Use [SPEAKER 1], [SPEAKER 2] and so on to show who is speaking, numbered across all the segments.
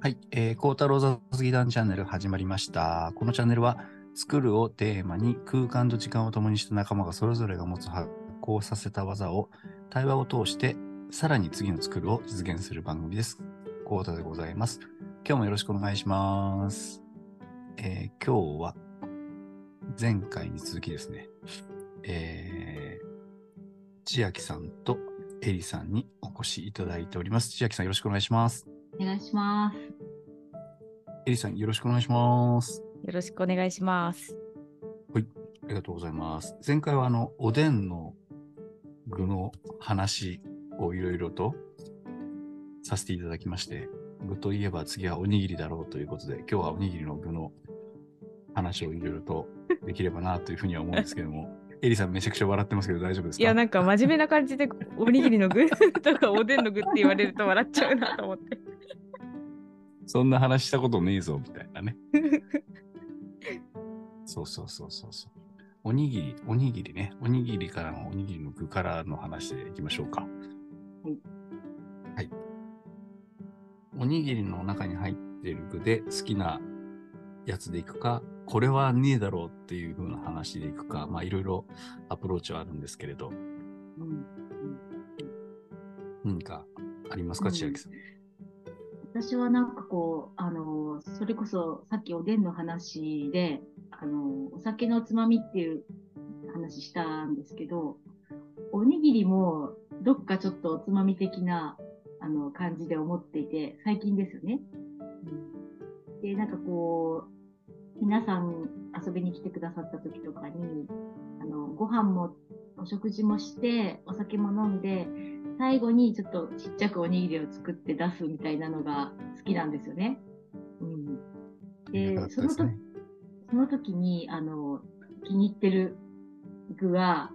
[SPEAKER 1] はい、えー、高太郎雑技団チャンネル始まりました。このチャンネルは、作るをテーマに空間と時間を共にした仲間がそれぞれが持つ発行させた技を対話を通して、さらに次の作るを実現する番組です。高太でございます。今日もよろしくお願いします。えー、今日は、前回に続きですね、えー、千秋さんとエリさんにお越しいただいております。千秋さんよろしくお願いします。
[SPEAKER 2] お願いします。
[SPEAKER 1] エリさん、よろしくお願いします。
[SPEAKER 3] よろしくお願いします。
[SPEAKER 1] はい、ありがとうございます。前回はあのおでんの具の話をいろいろとさせていただきまして、具といえば次はおにぎりだろうということで、今日はおにぎりの具の話をいろいろとできればなというふうには思うんですけども。エリさんめちゃくちゃ笑ってますけど大丈夫です
[SPEAKER 3] いやなんか真面目な感じでおにぎりの具 とかおでんの具って言われると笑っちゃうなと思って
[SPEAKER 1] そんな話したことねえぞみたいなねそうそうそうそうそうおにぎりおにぎりねおにぎりからのおにぎりの具からの話でいきましょうかはい、はい、おにぎりの中に入ってる具で好きなやつでいくかこれはねえだろうっていう風な話でいくか、まあいろいろアプローチはあるんですけれど。うん、何かありますか、うん、千秋さん。
[SPEAKER 2] 私はなんかこう、あの、それこそさっきおでんの話で、あの、お酒のつまみっていう話したんですけど、おにぎりもどっかちょっとおつまみ的なあの感じで思っていて、最近ですよね。うん、で、なんかこう、皆さん遊びに来てくださった時とかに、あの、ご飯もお食事もして、お酒も飲んで、最後にちょっとちっちゃくおにぎりを作って出すみたいなのが好きなんですよね。うん。で、でその時、その時に、あの、気に入ってる具は、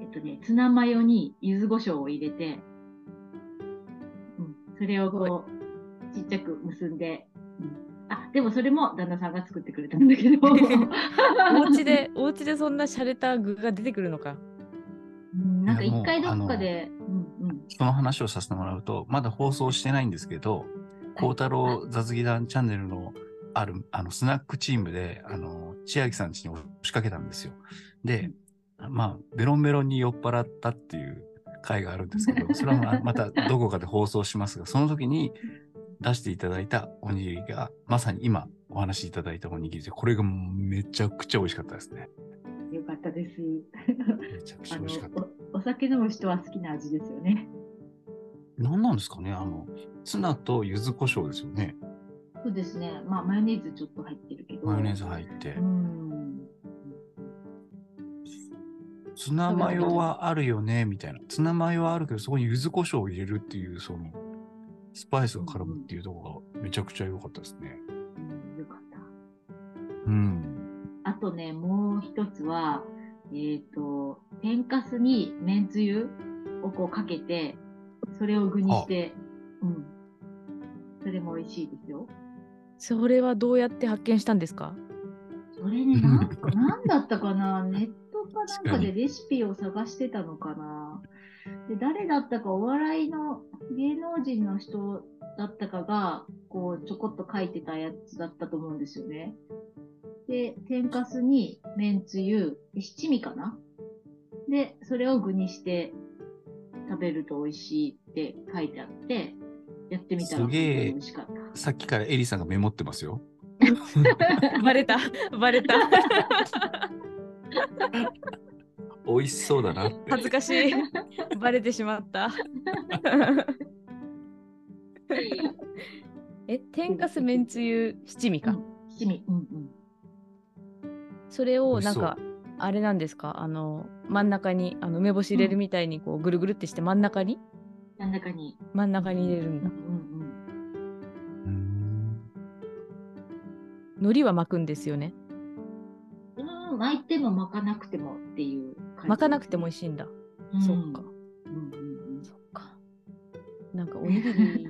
[SPEAKER 2] えっとね、ツナマヨに柚子胡椒を入れて、うん、それをこう、ちっちゃく結んで、うんあでもそれも旦那さんが作ってくれたんだ けど
[SPEAKER 3] お家でお家でそんな洒落た具が出てくるのか、
[SPEAKER 2] うん、なんか一回どっかで
[SPEAKER 1] うんうん、その話をさせてもらうとまだ放送してないんですけど孝、はい、太郎雑技団チャンネルのあるあのスナックチームであの千秋さん家に押しかけたんですよで、うん、まあベロンベロンに酔っ払ったっていう回があるんですけ どそれはままたどこかで放送しますがその時に出していただいたおにぎりが、まさに今お話しいただいたおにぎりで、これがめちゃくちゃ美味しかったですね。
[SPEAKER 2] よかったです。
[SPEAKER 1] めちゃくちゃ美味しかった。
[SPEAKER 2] お,お酒飲む人は好きな味ですよね。
[SPEAKER 1] 何なんですかねあの、ツナと柚子胡椒ですよね。
[SPEAKER 2] そうですね。まあ、マヨネーズちょっと入ってるけど。
[SPEAKER 1] マヨネーズ入って。ツナマヨはあるよね、みたいな。ツナマヨはあるけど、そこに柚子胡椒を入れるっていう、その、スパイスが絡むっていうとこがめちゃくちゃ良かったですね。
[SPEAKER 2] うん、よかった。
[SPEAKER 1] うん。。
[SPEAKER 2] あとね、もう一つは、えっ、ー、と、天かすにめんつゆをこうかけて、それを具にして、うん。それも美味しいですよ。
[SPEAKER 3] それはどうやって発見したんです か
[SPEAKER 2] それね、なんか、なんだったかなネットかなんかでレシピを探してたのかなで誰だったかお笑いの芸能人の人だったかがこうちょこっと書いてたやつだったと思うんですよね。で、天かすにめんつゆ、七味かなで、それを具にして食べると美味しいって書いてあって、やってみたら美味しかった
[SPEAKER 1] さっきからエリさんがメモってますよ。
[SPEAKER 3] バレた、バレた。
[SPEAKER 1] 美味しそうだな
[SPEAKER 3] 恥ずかしいバレてしまった え天かすめんつゆ七味か、うん、
[SPEAKER 2] 七味、うんうん、
[SPEAKER 3] それをなんかあれなんですかあの真ん中にあの梅干し入れるみたいにこう、うん、ぐるぐるってして真ん中に
[SPEAKER 2] 真ん中に
[SPEAKER 3] 真ん中に入れるんだ、
[SPEAKER 2] うんうん、
[SPEAKER 3] 海苔は巻くんですよね
[SPEAKER 2] うん巻いても巻かなくてもっていう
[SPEAKER 3] 巻かなくても美味しいんだ。うん、そっか。うんうんうん、そっか。なんかおに ぎり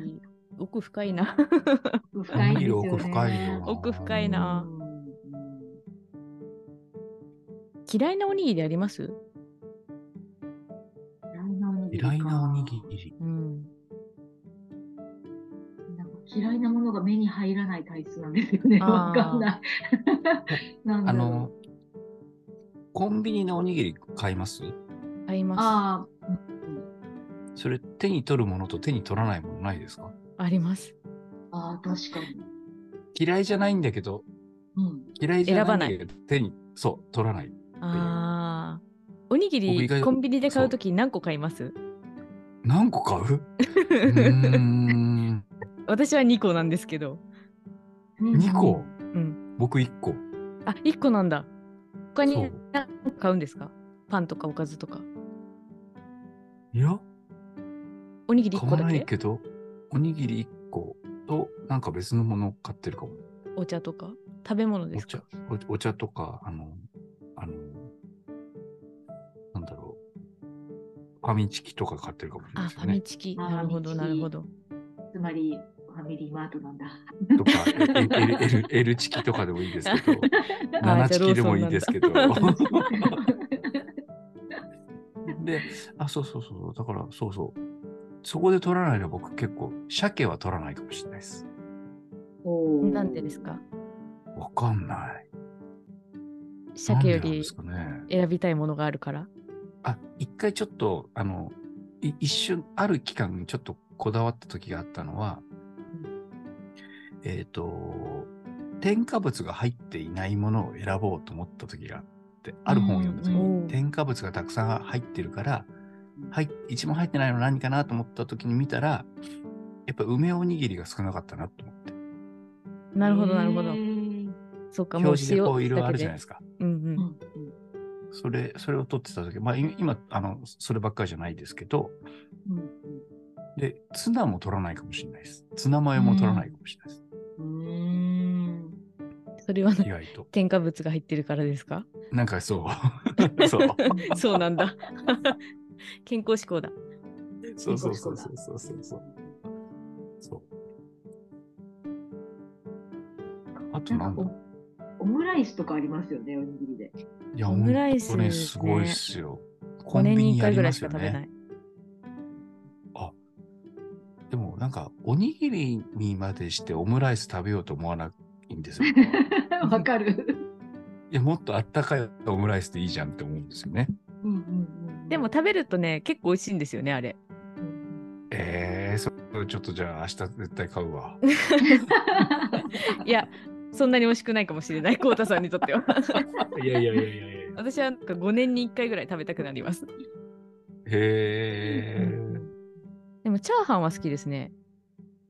[SPEAKER 3] 奥深いな。
[SPEAKER 2] 奥深いですよ、ね、
[SPEAKER 1] 奥深いよ。
[SPEAKER 3] 奥深いな。嫌いなおにぎりあります
[SPEAKER 2] 嫌いなおにぎり。
[SPEAKER 1] 嫌いなおにぎり。
[SPEAKER 3] うん。
[SPEAKER 2] なんか嫌いなものが目に入らない体質なんですよね。
[SPEAKER 3] あー
[SPEAKER 2] わかん ない。なんだ
[SPEAKER 1] あ
[SPEAKER 2] ろう
[SPEAKER 1] の、コンビニのおにぎり買います
[SPEAKER 3] 買います。あ
[SPEAKER 2] あー
[SPEAKER 1] それ手に取るものと手に取らないものないですか
[SPEAKER 3] ります。
[SPEAKER 2] あー、確かに。
[SPEAKER 1] 嫌いじゃないんだけど、
[SPEAKER 2] うん。
[SPEAKER 1] 嫌いじゃないんだけど手に、そう、取らない。
[SPEAKER 3] ああ。おにぎ
[SPEAKER 1] 僕意外
[SPEAKER 3] り
[SPEAKER 1] と
[SPEAKER 3] コンビニで買うとき何個買います
[SPEAKER 1] 何個買ううーん、
[SPEAKER 3] 私は2個なんですけど。
[SPEAKER 1] 2個。
[SPEAKER 3] ん
[SPEAKER 1] 僕1個。
[SPEAKER 3] あ、1個なんだ。他
[SPEAKER 1] そ
[SPEAKER 3] に
[SPEAKER 1] う
[SPEAKER 3] 何個買うんですかパンとかおかずとか。
[SPEAKER 1] いや、
[SPEAKER 3] おにぎり
[SPEAKER 1] 買
[SPEAKER 3] 1個
[SPEAKER 1] わ
[SPEAKER 3] だ
[SPEAKER 1] ない
[SPEAKER 3] け
[SPEAKER 1] けど、おにぎり1個と、なんか別のもの買ってるかも。
[SPEAKER 3] お茶とか食べ物で
[SPEAKER 1] お
[SPEAKER 3] すか
[SPEAKER 1] 茶、おお茶とか、あの、あの、なんだろう。ファミチキとか買ってるかもしれない
[SPEAKER 3] あ、
[SPEAKER 1] です
[SPEAKER 3] フ
[SPEAKER 1] よ
[SPEAKER 3] ァ
[SPEAKER 1] ね
[SPEAKER 3] ミ。チキ。
[SPEAKER 2] あー
[SPEAKER 3] なるほど、
[SPEAKER 2] ファミチキ
[SPEAKER 3] なるほど。
[SPEAKER 2] つまり、ファミリーマートなん だ。
[SPEAKER 1] とか、え L, L, L チキとかでもいいです けど、7チキでもいいですけど。 で、あ、そうそうそう、だから、そうそう。そこで取らないの僕結構、鮭は取らないかもしれないです。
[SPEAKER 2] おー
[SPEAKER 3] なんでですか
[SPEAKER 1] わかんない。
[SPEAKER 3] 鮭よ
[SPEAKER 1] なんでなん
[SPEAKER 3] り
[SPEAKER 1] ですかね。
[SPEAKER 3] 選びたいものがあるから。
[SPEAKER 1] あ、一回ちょっと、あの、い一瞬、ある期間にちょっとこだわった時があったのは、えっ、と、添加物が入っていないものを選ぼうと思った時があって、ある本を読んだ時
[SPEAKER 2] うん
[SPEAKER 3] うん
[SPEAKER 1] に、添加物がたくさん入ってるから、はい、一番入ってないの何かなと思った時に見たら、やっぱ梅おにぎりが少なかったなと思って。
[SPEAKER 3] なるほど、なるほど
[SPEAKER 2] へ。ー
[SPEAKER 3] そうか、もう
[SPEAKER 1] 表示で
[SPEAKER 3] 塩
[SPEAKER 1] こういろいろあ
[SPEAKER 3] だ
[SPEAKER 1] る
[SPEAKER 3] け
[SPEAKER 1] じゃない
[SPEAKER 3] で
[SPEAKER 1] で。すか。
[SPEAKER 3] うん
[SPEAKER 2] う
[SPEAKER 3] うん。
[SPEAKER 2] んうん
[SPEAKER 1] それ、それを取ってた時、まあい今、あの、そればっかりじゃないですけど、で、ツナも取らないかもしれないです。ツナマヨも取らないかもしれないです。
[SPEAKER 2] うんうん
[SPEAKER 3] それはな
[SPEAKER 1] 意外と。
[SPEAKER 3] 添加物が入ってるからで すか
[SPEAKER 1] なんか そう。そう。
[SPEAKER 3] そうなんだ。 健康志向だ。
[SPEAKER 1] そうそうそうそうそうそうそう。そうあと
[SPEAKER 2] うーんな
[SPEAKER 1] なんん
[SPEAKER 2] か
[SPEAKER 1] だ
[SPEAKER 2] おオムライスとかありますよね、おにぎりで。
[SPEAKER 1] いや、
[SPEAKER 3] オムライス
[SPEAKER 1] ほんとね、
[SPEAKER 3] ですね
[SPEAKER 1] すごいっすよ。コ
[SPEAKER 3] 5
[SPEAKER 1] ンビ
[SPEAKER 3] 年
[SPEAKER 1] ニ
[SPEAKER 3] に1
[SPEAKER 1] や
[SPEAKER 3] 回
[SPEAKER 1] り
[SPEAKER 3] ぐら
[SPEAKER 1] ま
[SPEAKER 3] いし
[SPEAKER 1] す
[SPEAKER 3] か
[SPEAKER 1] よ
[SPEAKER 3] 食べ
[SPEAKER 1] ね
[SPEAKER 3] な。い。
[SPEAKER 1] でもなんかおにぎりにまでしてオムライス食べようと思わないん ですよ。
[SPEAKER 2] わかる。
[SPEAKER 1] いやもっとあったかいオムライスでいいじゃんって思うんですよね。
[SPEAKER 2] うんうんうん
[SPEAKER 3] でも、食べるとね、結構美味しいんですよね、あれ。
[SPEAKER 1] えー、それちょっとじゃあ明日絶対買う わ。
[SPEAKER 3] いや、そんなに美味しくないかもしれない、コウタさんにとっては。
[SPEAKER 1] いやいやいやいやいや。
[SPEAKER 3] 私はなんか5年に1回ぐらい食べたくなります。
[SPEAKER 1] へー
[SPEAKER 3] でもチャーハンは好きですね。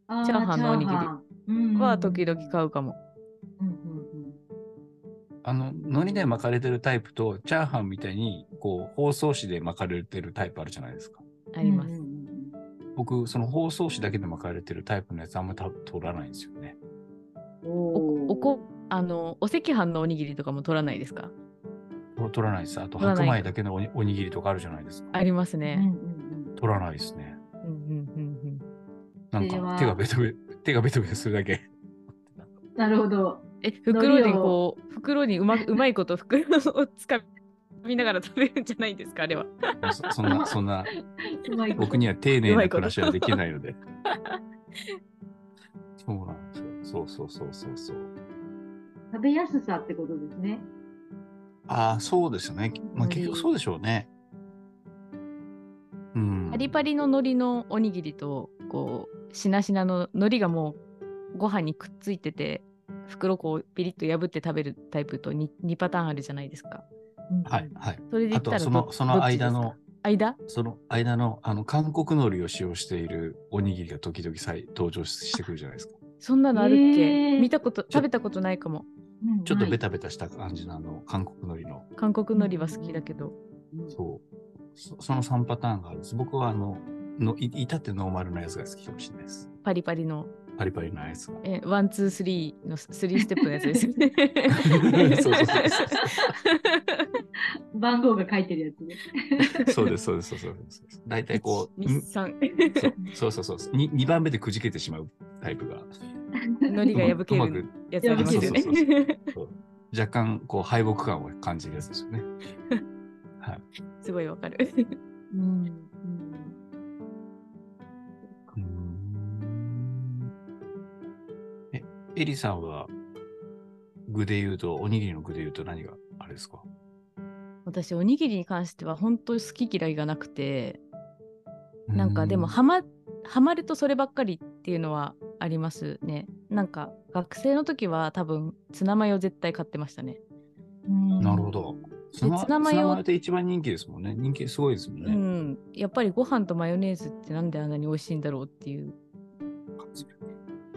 [SPEAKER 2] あ
[SPEAKER 3] チャーハンのおにぎ
[SPEAKER 2] チ
[SPEAKER 3] り
[SPEAKER 2] ャーハンうんうん
[SPEAKER 3] は時々買うかも。
[SPEAKER 2] うんうん
[SPEAKER 1] あの海苔で巻かれてるタイプとチャーハンみたいにこう包装紙で巻かれてるタイプあるじゃないですか。
[SPEAKER 2] うん
[SPEAKER 3] あります。
[SPEAKER 2] うんうん
[SPEAKER 1] 僕その包装紙だけで巻かれてるタイプのやつあんまた取らないんですよね。
[SPEAKER 2] うん
[SPEAKER 3] お
[SPEAKER 2] お
[SPEAKER 3] おこあのお赤飯のおにぎりとかも取らないですか
[SPEAKER 1] 取取らないです。あと
[SPEAKER 3] 取らない
[SPEAKER 1] 白米だけのおにおにぎりとかあるじゃないですか。
[SPEAKER 3] あります
[SPEAKER 2] ー
[SPEAKER 3] ね。
[SPEAKER 2] うんうん
[SPEAKER 1] 取らないですね。
[SPEAKER 3] うんうんうんうん、
[SPEAKER 1] なん
[SPEAKER 2] それ
[SPEAKER 1] か
[SPEAKER 2] は
[SPEAKER 1] 手がベトベト、手がベトベトするだけ。
[SPEAKER 2] うんなるほど。
[SPEAKER 3] え袋でこう袋にうまうまいこと袋をつかみながら食べるんじゃないんですかあれは。
[SPEAKER 1] そそんな、そんな、
[SPEAKER 2] うまいこと
[SPEAKER 1] 僕には丁寧
[SPEAKER 3] うま
[SPEAKER 1] ない
[SPEAKER 3] こと
[SPEAKER 1] 暮らしはできないので。そうなんですよ。そうそうそうそうそう。
[SPEAKER 2] 食べやすさってことですね。
[SPEAKER 1] ああ、そうですよね。まあ
[SPEAKER 2] 海苔
[SPEAKER 1] 結局そうでしょうね。うん。
[SPEAKER 3] パリパリの海苔のおにぎりとこうしなしなの海苔がもうご飯にくっついてて袋こうピリッと破って食べるタイプと 2, 2パターンあるじゃないですか。
[SPEAKER 1] はい、はい。
[SPEAKER 3] それで言
[SPEAKER 1] あ
[SPEAKER 3] ったら
[SPEAKER 1] と、そ
[SPEAKER 3] ど
[SPEAKER 1] の、その間
[SPEAKER 3] どっ
[SPEAKER 1] の
[SPEAKER 3] ち、ですか
[SPEAKER 1] その間の、あの、韓国海苔を使用しているおにぎりが時々再登場してくるじゃないですか。
[SPEAKER 3] 間そんなのあるっけ、
[SPEAKER 2] えー
[SPEAKER 3] 見たこと食べたことないかも。
[SPEAKER 2] うん
[SPEAKER 1] ちょっとベ
[SPEAKER 2] タ。
[SPEAKER 1] タベタした感じの、あの、韓国海苔の。
[SPEAKER 3] 韓国海苔は好きだけど。
[SPEAKER 2] うん
[SPEAKER 1] そう。そその3パターンがあるんです。僕はあの、のいいたってノーマルなやつが好きかもしれないです。
[SPEAKER 3] パリパリの
[SPEAKER 1] パリパリなやつが。。
[SPEAKER 3] えワンツースリーのススリーステップのやつですよね
[SPEAKER 1] そうそうそうそ
[SPEAKER 2] 番号が書いてるやつね。
[SPEAKER 1] そうです、そうです、そうです。そうです大体こう、
[SPEAKER 3] 日
[SPEAKER 1] ん
[SPEAKER 3] 産
[SPEAKER 1] そうそうそうそう2。に番目でくじけてしまうタイプが。
[SPEAKER 3] のりが破け
[SPEAKER 1] うま
[SPEAKER 3] る
[SPEAKER 1] く
[SPEAKER 3] やつありますよね
[SPEAKER 1] そうそうそうそう若干こう敗北感を感じるやつですよね。
[SPEAKER 3] すごいわかる
[SPEAKER 2] うん
[SPEAKER 1] うーんエリさんは、具で言うと、おにぎりの具で言うと何があれですか
[SPEAKER 3] 私おにぎりに関しては本当に好き嫌いがなくてなん
[SPEAKER 1] う
[SPEAKER 3] かでもハマハマるとそればっかりっていうのはありますねなんか学生の時は多分ツナマヨ絶対買ってましたね
[SPEAKER 1] な
[SPEAKER 2] な
[SPEAKER 1] るほど。ツナ
[SPEAKER 3] ツナマヨ
[SPEAKER 1] ツナマヨって一番人気ですもんね。人気すごいですもん
[SPEAKER 3] う
[SPEAKER 1] ね。
[SPEAKER 3] んやっぱりご飯とマヨネーズってなんであんなに美味しいんだろうっていう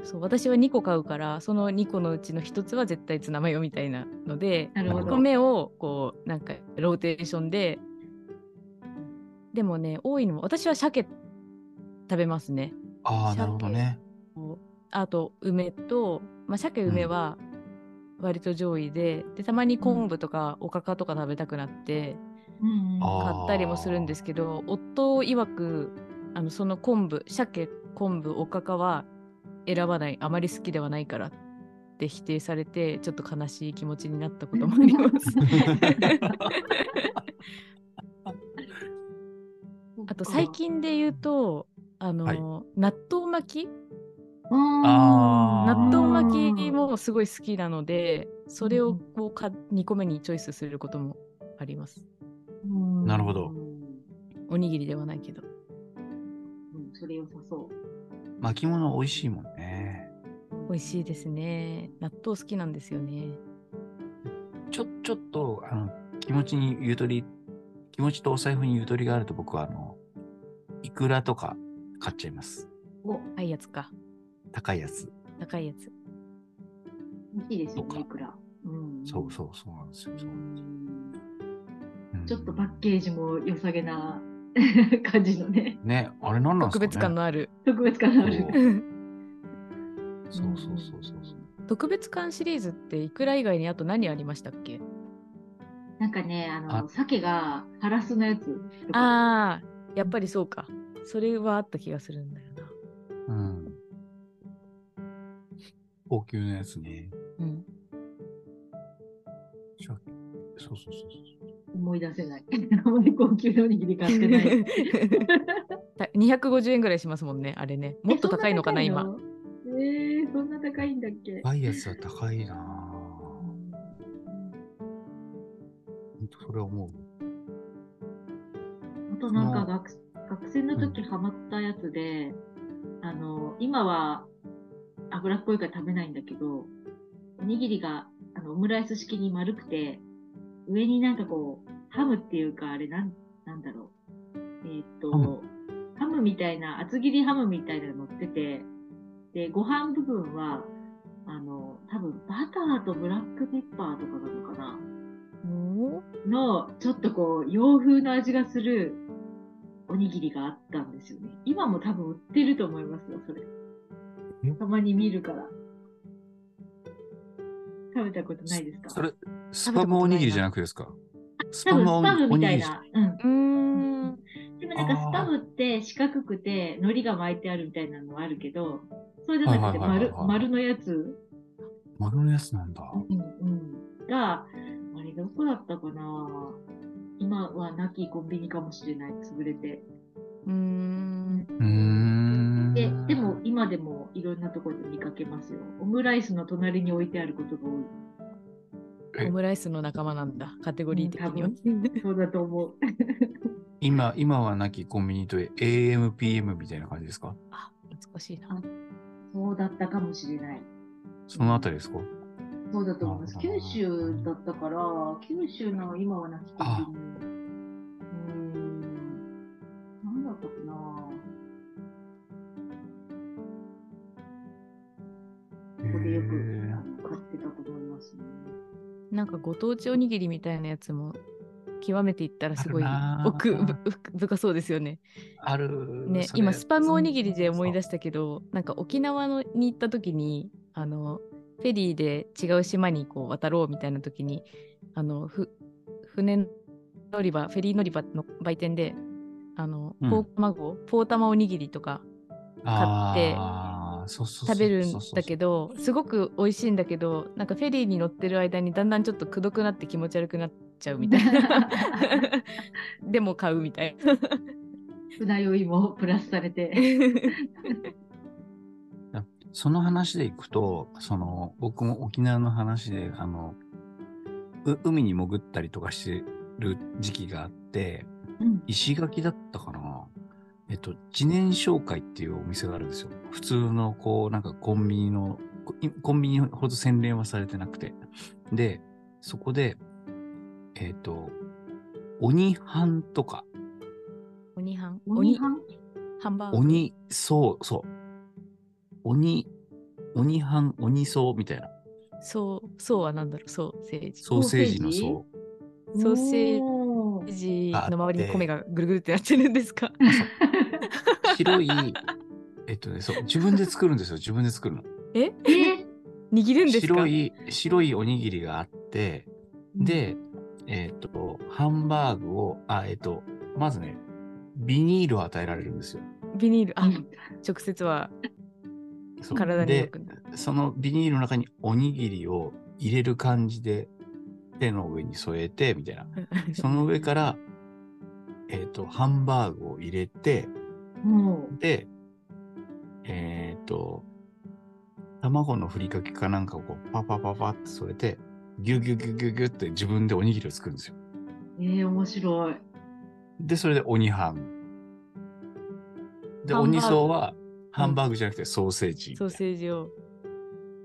[SPEAKER 3] そう私は2個買うからその2個のうちの1つは絶対ツナマヨみたいなので
[SPEAKER 2] なるほ
[SPEAKER 3] 1個
[SPEAKER 2] ど。
[SPEAKER 3] 目をこうなんかローテーションででもね多いのも私は鮭食べますね
[SPEAKER 1] ああ、なるほどね。
[SPEAKER 3] こうあと梅と、まあ、鮭
[SPEAKER 1] うん
[SPEAKER 3] 梅は割と上位で,、でたまに昆布とかおかかとか食べたくなって
[SPEAKER 2] うんうん
[SPEAKER 1] あー
[SPEAKER 3] 買ったりもするんですけど、夫曰くあのその昆布鮭昆布おかかは選ばないあまり好きではないからって否定されてちょっと悲しい気持ちになったこともあります あと最、近で言うとあの、
[SPEAKER 1] はい
[SPEAKER 3] 納豆巻き
[SPEAKER 1] あー
[SPEAKER 3] 納豆巻きもすごい好きなのでそれをこうか2個目にチョイスすることもあります
[SPEAKER 1] なるほど
[SPEAKER 2] うん
[SPEAKER 3] おにぎりではないけど
[SPEAKER 2] うんそれ良さそう。
[SPEAKER 1] 巻物美味しいもんね。
[SPEAKER 3] 美味しいですね納豆好きなんですよね
[SPEAKER 1] ちょ、ちょっと、あの、気持ちにゆとり、気持ちとお財布にゆとりがあると僕は、あの、いくらとか買っちゃいます。
[SPEAKER 2] お、
[SPEAKER 3] 高いやつか
[SPEAKER 1] 高いやつ。
[SPEAKER 3] 高いやつ
[SPEAKER 2] 美味しいですよ
[SPEAKER 1] そっか
[SPEAKER 2] ね、いくら。うん
[SPEAKER 1] そうそう、そうなんですよ。そう
[SPEAKER 2] うん
[SPEAKER 1] うん
[SPEAKER 2] ちょっとパッケージも良さげな 感じのね、
[SPEAKER 1] ね、あれ何なんで
[SPEAKER 3] 特
[SPEAKER 1] すかね。
[SPEAKER 3] 別感のある
[SPEAKER 2] 特別感のある。
[SPEAKER 1] そうそうそうそうそう。
[SPEAKER 3] 特別感シリーズっていくら以外にあと何ありましたっけ
[SPEAKER 2] なんかね、あ
[SPEAKER 1] あ
[SPEAKER 2] の、鮭がハラスのやつとか。
[SPEAKER 3] あーやっぱりそうかそれはあった気がするんだよな
[SPEAKER 1] うん。高級なやつね。
[SPEAKER 3] うん
[SPEAKER 1] そうそうそうそう。
[SPEAKER 2] 思い出せない。 あまり高級なおにぎり買っ てない。
[SPEAKER 3] た250円ぐらいしますもんねあれねもっと高いのかな
[SPEAKER 2] えそん
[SPEAKER 3] 今
[SPEAKER 2] 高いの。えー、そんな高いんだっけ。
[SPEAKER 1] 高いやつは高いなぁ。ほんとそれ思う。
[SPEAKER 2] あとなんか学学生の時ハマったやつで、あの、今は脂っこいから食べないんだけど、おにぎりがあのオムライス式に丸くて、上になんかこう、ハムっていうか、あれなん、なんだろう。えーっと、
[SPEAKER 1] ハム
[SPEAKER 2] ハムみたいな、厚切りハムみたいなのが乗ってて、で、ご飯部分は、あの、多分バターとブラックペッパーとかなのかな。
[SPEAKER 3] おー
[SPEAKER 2] の、ちょっとこう、洋風の味がするおにぎりがあったんですよね。今も多分売ってると思いますよ、それ
[SPEAKER 1] え。
[SPEAKER 2] たまに見るから。食べたことないですか
[SPEAKER 1] それ、スパムおにぎりじゃなくてですかス
[SPEAKER 2] 多分スパムみたい
[SPEAKER 1] じゃ
[SPEAKER 2] な。うん。
[SPEAKER 3] うーん
[SPEAKER 2] でもなんかスパムって四角くて、海苔が巻いてあるみたいなのはあるけど、それじゃなくて
[SPEAKER 1] はいはいはい
[SPEAKER 2] 丸
[SPEAKER 1] はい
[SPEAKER 2] 丸のやつ、
[SPEAKER 1] 丸のやつなんだ。
[SPEAKER 2] うんうん、が、あれどこだったかな今はなきコンビニかもしれない、潰れて。
[SPEAKER 3] うーん
[SPEAKER 1] うーん。
[SPEAKER 2] ででも、今でもいろんなところで見かけますよ。オムライスの隣に置いてあることが多
[SPEAKER 1] え
[SPEAKER 3] オムライスの仲間なんだ、カテゴリー的には。
[SPEAKER 2] うんい。そうだと思う。
[SPEAKER 1] 今、今はなきコンビニと AMPM みたいな感じですか
[SPEAKER 3] あ、懐かしいな。
[SPEAKER 2] そうだったかもしれない。
[SPEAKER 1] そのあたりですか
[SPEAKER 2] そうだと思います。
[SPEAKER 1] あ
[SPEAKER 2] 九州だったから、九州の今はなきコンビニ。うーん。なんだったかなここでよく
[SPEAKER 1] へ
[SPEAKER 2] あ
[SPEAKER 1] ー
[SPEAKER 2] の買ってたと思いますね。
[SPEAKER 3] なんかご当地おにぎりみたいなやつも極めていったらすごい
[SPEAKER 1] あるなあ
[SPEAKER 3] 奥ぶぶ深そうですよね。
[SPEAKER 1] ある。
[SPEAKER 3] ね
[SPEAKER 1] それ
[SPEAKER 3] 今スパムおにぎりで思い出
[SPEAKER 1] そ
[SPEAKER 3] したけどなんか沖縄のに行った時にあのフェリーで違う島にこう渡ろうみたいな時にあのふ船乗り場フェリー乗り場の売店であの
[SPEAKER 1] うん
[SPEAKER 3] ポー卵、ポー玉おにぎりとか
[SPEAKER 1] う
[SPEAKER 3] 買って
[SPEAKER 1] あーそうそうそう
[SPEAKER 3] 食べるん
[SPEAKER 1] そうそうそう
[SPEAKER 3] だけどすごく美味しいんだけどなんかフェリーに乗ってる間にだんだんちょっとくどくなって気持ち悪くなっちゃうみたい なでも買うみたい な
[SPEAKER 2] 船酔いもプラスされて。
[SPEAKER 1] その話でいくと、その、僕も沖縄の話で、あの、う海に潜ったりとかしてる時期があって、
[SPEAKER 2] うん。
[SPEAKER 1] 石垣だったかなえっと、自年商会っていうお店があるんですよ。普通の、こう、なんかコンビニの、こいコンビニほど洗練はされてなくて。で、そこで、えっと、鬼飯とか、
[SPEAKER 3] 鬼ハン。
[SPEAKER 2] 鬼ハン
[SPEAKER 3] ハンバーグ。
[SPEAKER 1] 鬼、そう、そう。鬼、鬼飯、鬼そうみたいな。
[SPEAKER 3] そう、そうはなんだろう、そう、政治。
[SPEAKER 1] ソーセージの
[SPEAKER 2] ソーセージ
[SPEAKER 1] そう。
[SPEAKER 3] ソーセージ
[SPEAKER 2] おー
[SPEAKER 3] 政治の周りに米がぐるぐるってなってるんですか。
[SPEAKER 1] 白い、えっとね、そう、自分で作るんですよ、自分で作るの。
[SPEAKER 2] え
[SPEAKER 3] 握るんですか。
[SPEAKER 1] 白い、白いおにぎりがあって、で、えっと、ハンバーグを、あ、えっと、まずね、ビニールを与えられるんですよ。
[SPEAKER 3] ビニール、あ、
[SPEAKER 2] ー
[SPEAKER 3] 直接は
[SPEAKER 1] そう
[SPEAKER 3] 体に良
[SPEAKER 1] で
[SPEAKER 3] く、ない。
[SPEAKER 1] そのビニールの中におにぎりを入れる感じで、手の上に添えて、みたいな。その上から、えっ、と、ハンバーグを入れて、
[SPEAKER 2] もう、
[SPEAKER 1] で、えっ、と、卵のふりかけかなんかをこう、パパパパって添えて、ギュギュギュギュギュって自分でおにぎりを作るんですよ。
[SPEAKER 2] えー、面白い。
[SPEAKER 1] で、それで鬼飯。で、
[SPEAKER 3] ハンバーグ
[SPEAKER 1] 鬼そうは、ハンバーグじゃなくてソーセー ジ。
[SPEAKER 3] ソーセージを。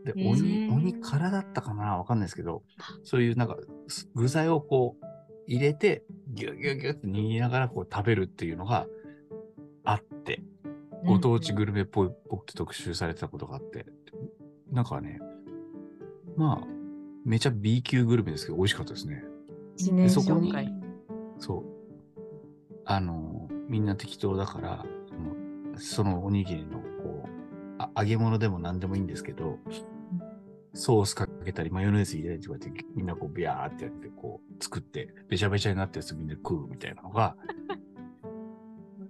[SPEAKER 1] で、
[SPEAKER 2] へー
[SPEAKER 1] 鬼、鬼からだったかなわかんないですけど、そういうなんか、す具材をこう、入れて、ギュギュギュって握りながらこう食べるっていうのがあって、ご当地グルメっぽいっぽくて特集されてたことがあって、なんかね、まあ、めちゃ B 級グルメですけど、美味しかったですね。
[SPEAKER 3] 一年
[SPEAKER 1] そこ
[SPEAKER 3] 紹
[SPEAKER 1] に
[SPEAKER 3] 介。
[SPEAKER 1] そう。あの、みんな適当だから、もうそのおにぎりの、こうあ、揚げ物でも何でもいいんですけど、ソースかけたり、マヨネーズ入れたりとかって、みんなこう、ビャーってやって、こう、作って、べちゃべちゃになったやつみんなで食うみたいなのが、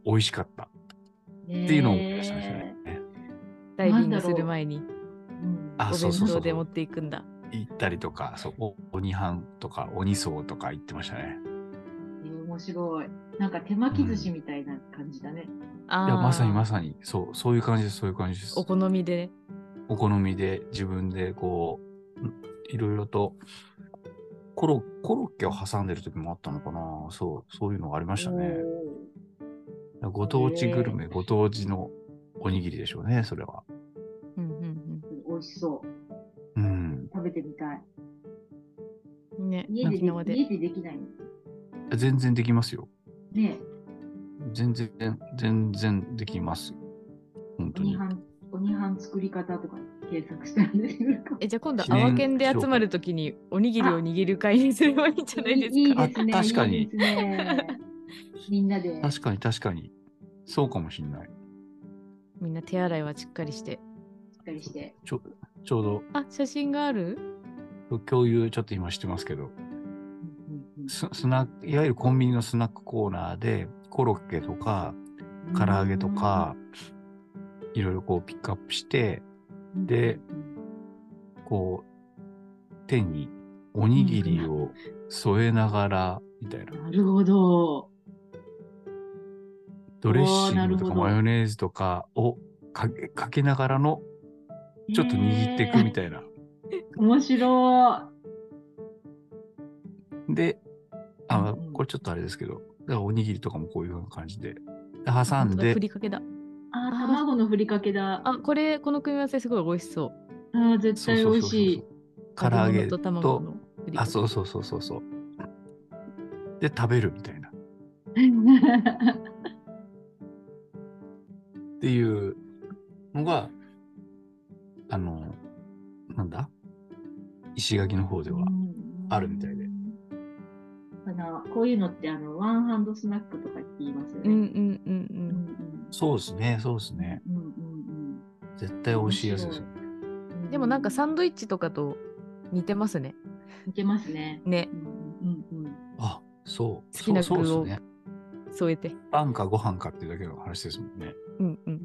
[SPEAKER 1] 美味しかった
[SPEAKER 2] っ
[SPEAKER 1] っていうのを思い出しましたね。
[SPEAKER 3] ダイビングする前にお
[SPEAKER 1] あ、そうそう
[SPEAKER 3] 弁
[SPEAKER 1] そ
[SPEAKER 3] 当
[SPEAKER 1] うそ
[SPEAKER 3] で持
[SPEAKER 1] う
[SPEAKER 3] っ。ていくんだ。
[SPEAKER 1] 行ったりとか、そう、お鬼飯とか、鬼荘とか行ってましたね。
[SPEAKER 2] えー面白い。なんか手巻き寿司みたいな感じだね。
[SPEAKER 3] あ
[SPEAKER 1] いや、まさにま
[SPEAKER 3] さ
[SPEAKER 1] さに、そう、そういう感じです、そういう感じです。
[SPEAKER 3] お好みで。
[SPEAKER 1] お好みで自分でこう、んいろいろとコロ、コロッケを挟んでる時もあったのかな。そう、そういうのがありましたね。ご当地グルメ、ご当地のおにぎりでしょうね、それは。
[SPEAKER 3] うんうん
[SPEAKER 2] おー美味しそう。
[SPEAKER 1] うん。
[SPEAKER 2] 食べてみたい。
[SPEAKER 3] うん。ね、
[SPEAKER 2] 家で
[SPEAKER 3] 沖縄
[SPEAKER 2] で
[SPEAKER 3] で。
[SPEAKER 2] 家でできないの。
[SPEAKER 1] 全然できますよ。
[SPEAKER 2] ね
[SPEAKER 1] 全然、全然できます。本当
[SPEAKER 2] 鬼
[SPEAKER 1] に。
[SPEAKER 2] 飯、鬼飯作り方とか検索したら出てくる かも。
[SPEAKER 3] え、じゃあ今度、
[SPEAKER 1] 記念
[SPEAKER 3] 泡県で集まるときにおにぎりを握る会にすればいいんじゃないですか。
[SPEAKER 1] か
[SPEAKER 2] ですね。
[SPEAKER 1] あ確かに
[SPEAKER 2] いいですね。みんなで。
[SPEAKER 1] 確かに確かに。そうかもしんない。
[SPEAKER 3] みんな手洗いはしっかりして。
[SPEAKER 2] しっかりして。
[SPEAKER 1] ちょちょう
[SPEAKER 3] あ、写真がある
[SPEAKER 1] ど共有ちょっと今してますけど、ススナック、いわゆるコンビニのスナックコーナーでコロッケとか、唐揚げとか、いろいろこうピックアップして、
[SPEAKER 2] うん、
[SPEAKER 1] でこう、手におにぎりを添えながら、みたいな。
[SPEAKER 2] なるほど。
[SPEAKER 1] ドレッシングと
[SPEAKER 2] おーなるほど
[SPEAKER 1] かマヨネーズとかをかけかけながらの、ちょっと握っていくみ
[SPEAKER 2] い。
[SPEAKER 1] たいな。
[SPEAKER 2] 面白
[SPEAKER 1] で、あ
[SPEAKER 2] うんう、ん
[SPEAKER 1] これちょっとあれですけど、だからおにぎりとかもこういうような感じで、で挟ん
[SPEAKER 3] 本当だ
[SPEAKER 1] で
[SPEAKER 3] ふ、りかけだ。
[SPEAKER 2] い。あー、卵のふりかけだ。
[SPEAKER 3] あ、これ、この組み合わせすごい美味しそう。
[SPEAKER 2] あー、絶対美味しい。
[SPEAKER 1] 唐揚げ
[SPEAKER 3] 揚げ物と卵
[SPEAKER 1] と、
[SPEAKER 3] のふりか
[SPEAKER 1] あ、
[SPEAKER 3] け
[SPEAKER 1] そうそうそうそうそう。で、食べるみたいな。っていうのが、あの、なんだ石垣の方では。あるみたいで
[SPEAKER 2] あのこういうのってあのワンハンドスナックとかって言いますよ
[SPEAKER 3] うんう
[SPEAKER 2] ね。
[SPEAKER 3] んう
[SPEAKER 2] うん
[SPEAKER 1] そうですね、そうですね。
[SPEAKER 2] うんうん
[SPEAKER 1] 絶対美味しいやつですよ。
[SPEAKER 2] う
[SPEAKER 3] うんん。でもなんかサンドイッチとかと似てますね。
[SPEAKER 2] 似てますね。
[SPEAKER 3] ね
[SPEAKER 2] う、んうんうん
[SPEAKER 1] あ、そう。
[SPEAKER 3] 好きな
[SPEAKER 1] そう
[SPEAKER 3] 具
[SPEAKER 1] そ
[SPEAKER 3] を
[SPEAKER 1] うですね。
[SPEAKER 3] 添えて。
[SPEAKER 1] パンかご飯かっていうだけの話ですもんね。
[SPEAKER 3] うんう。
[SPEAKER 2] うんん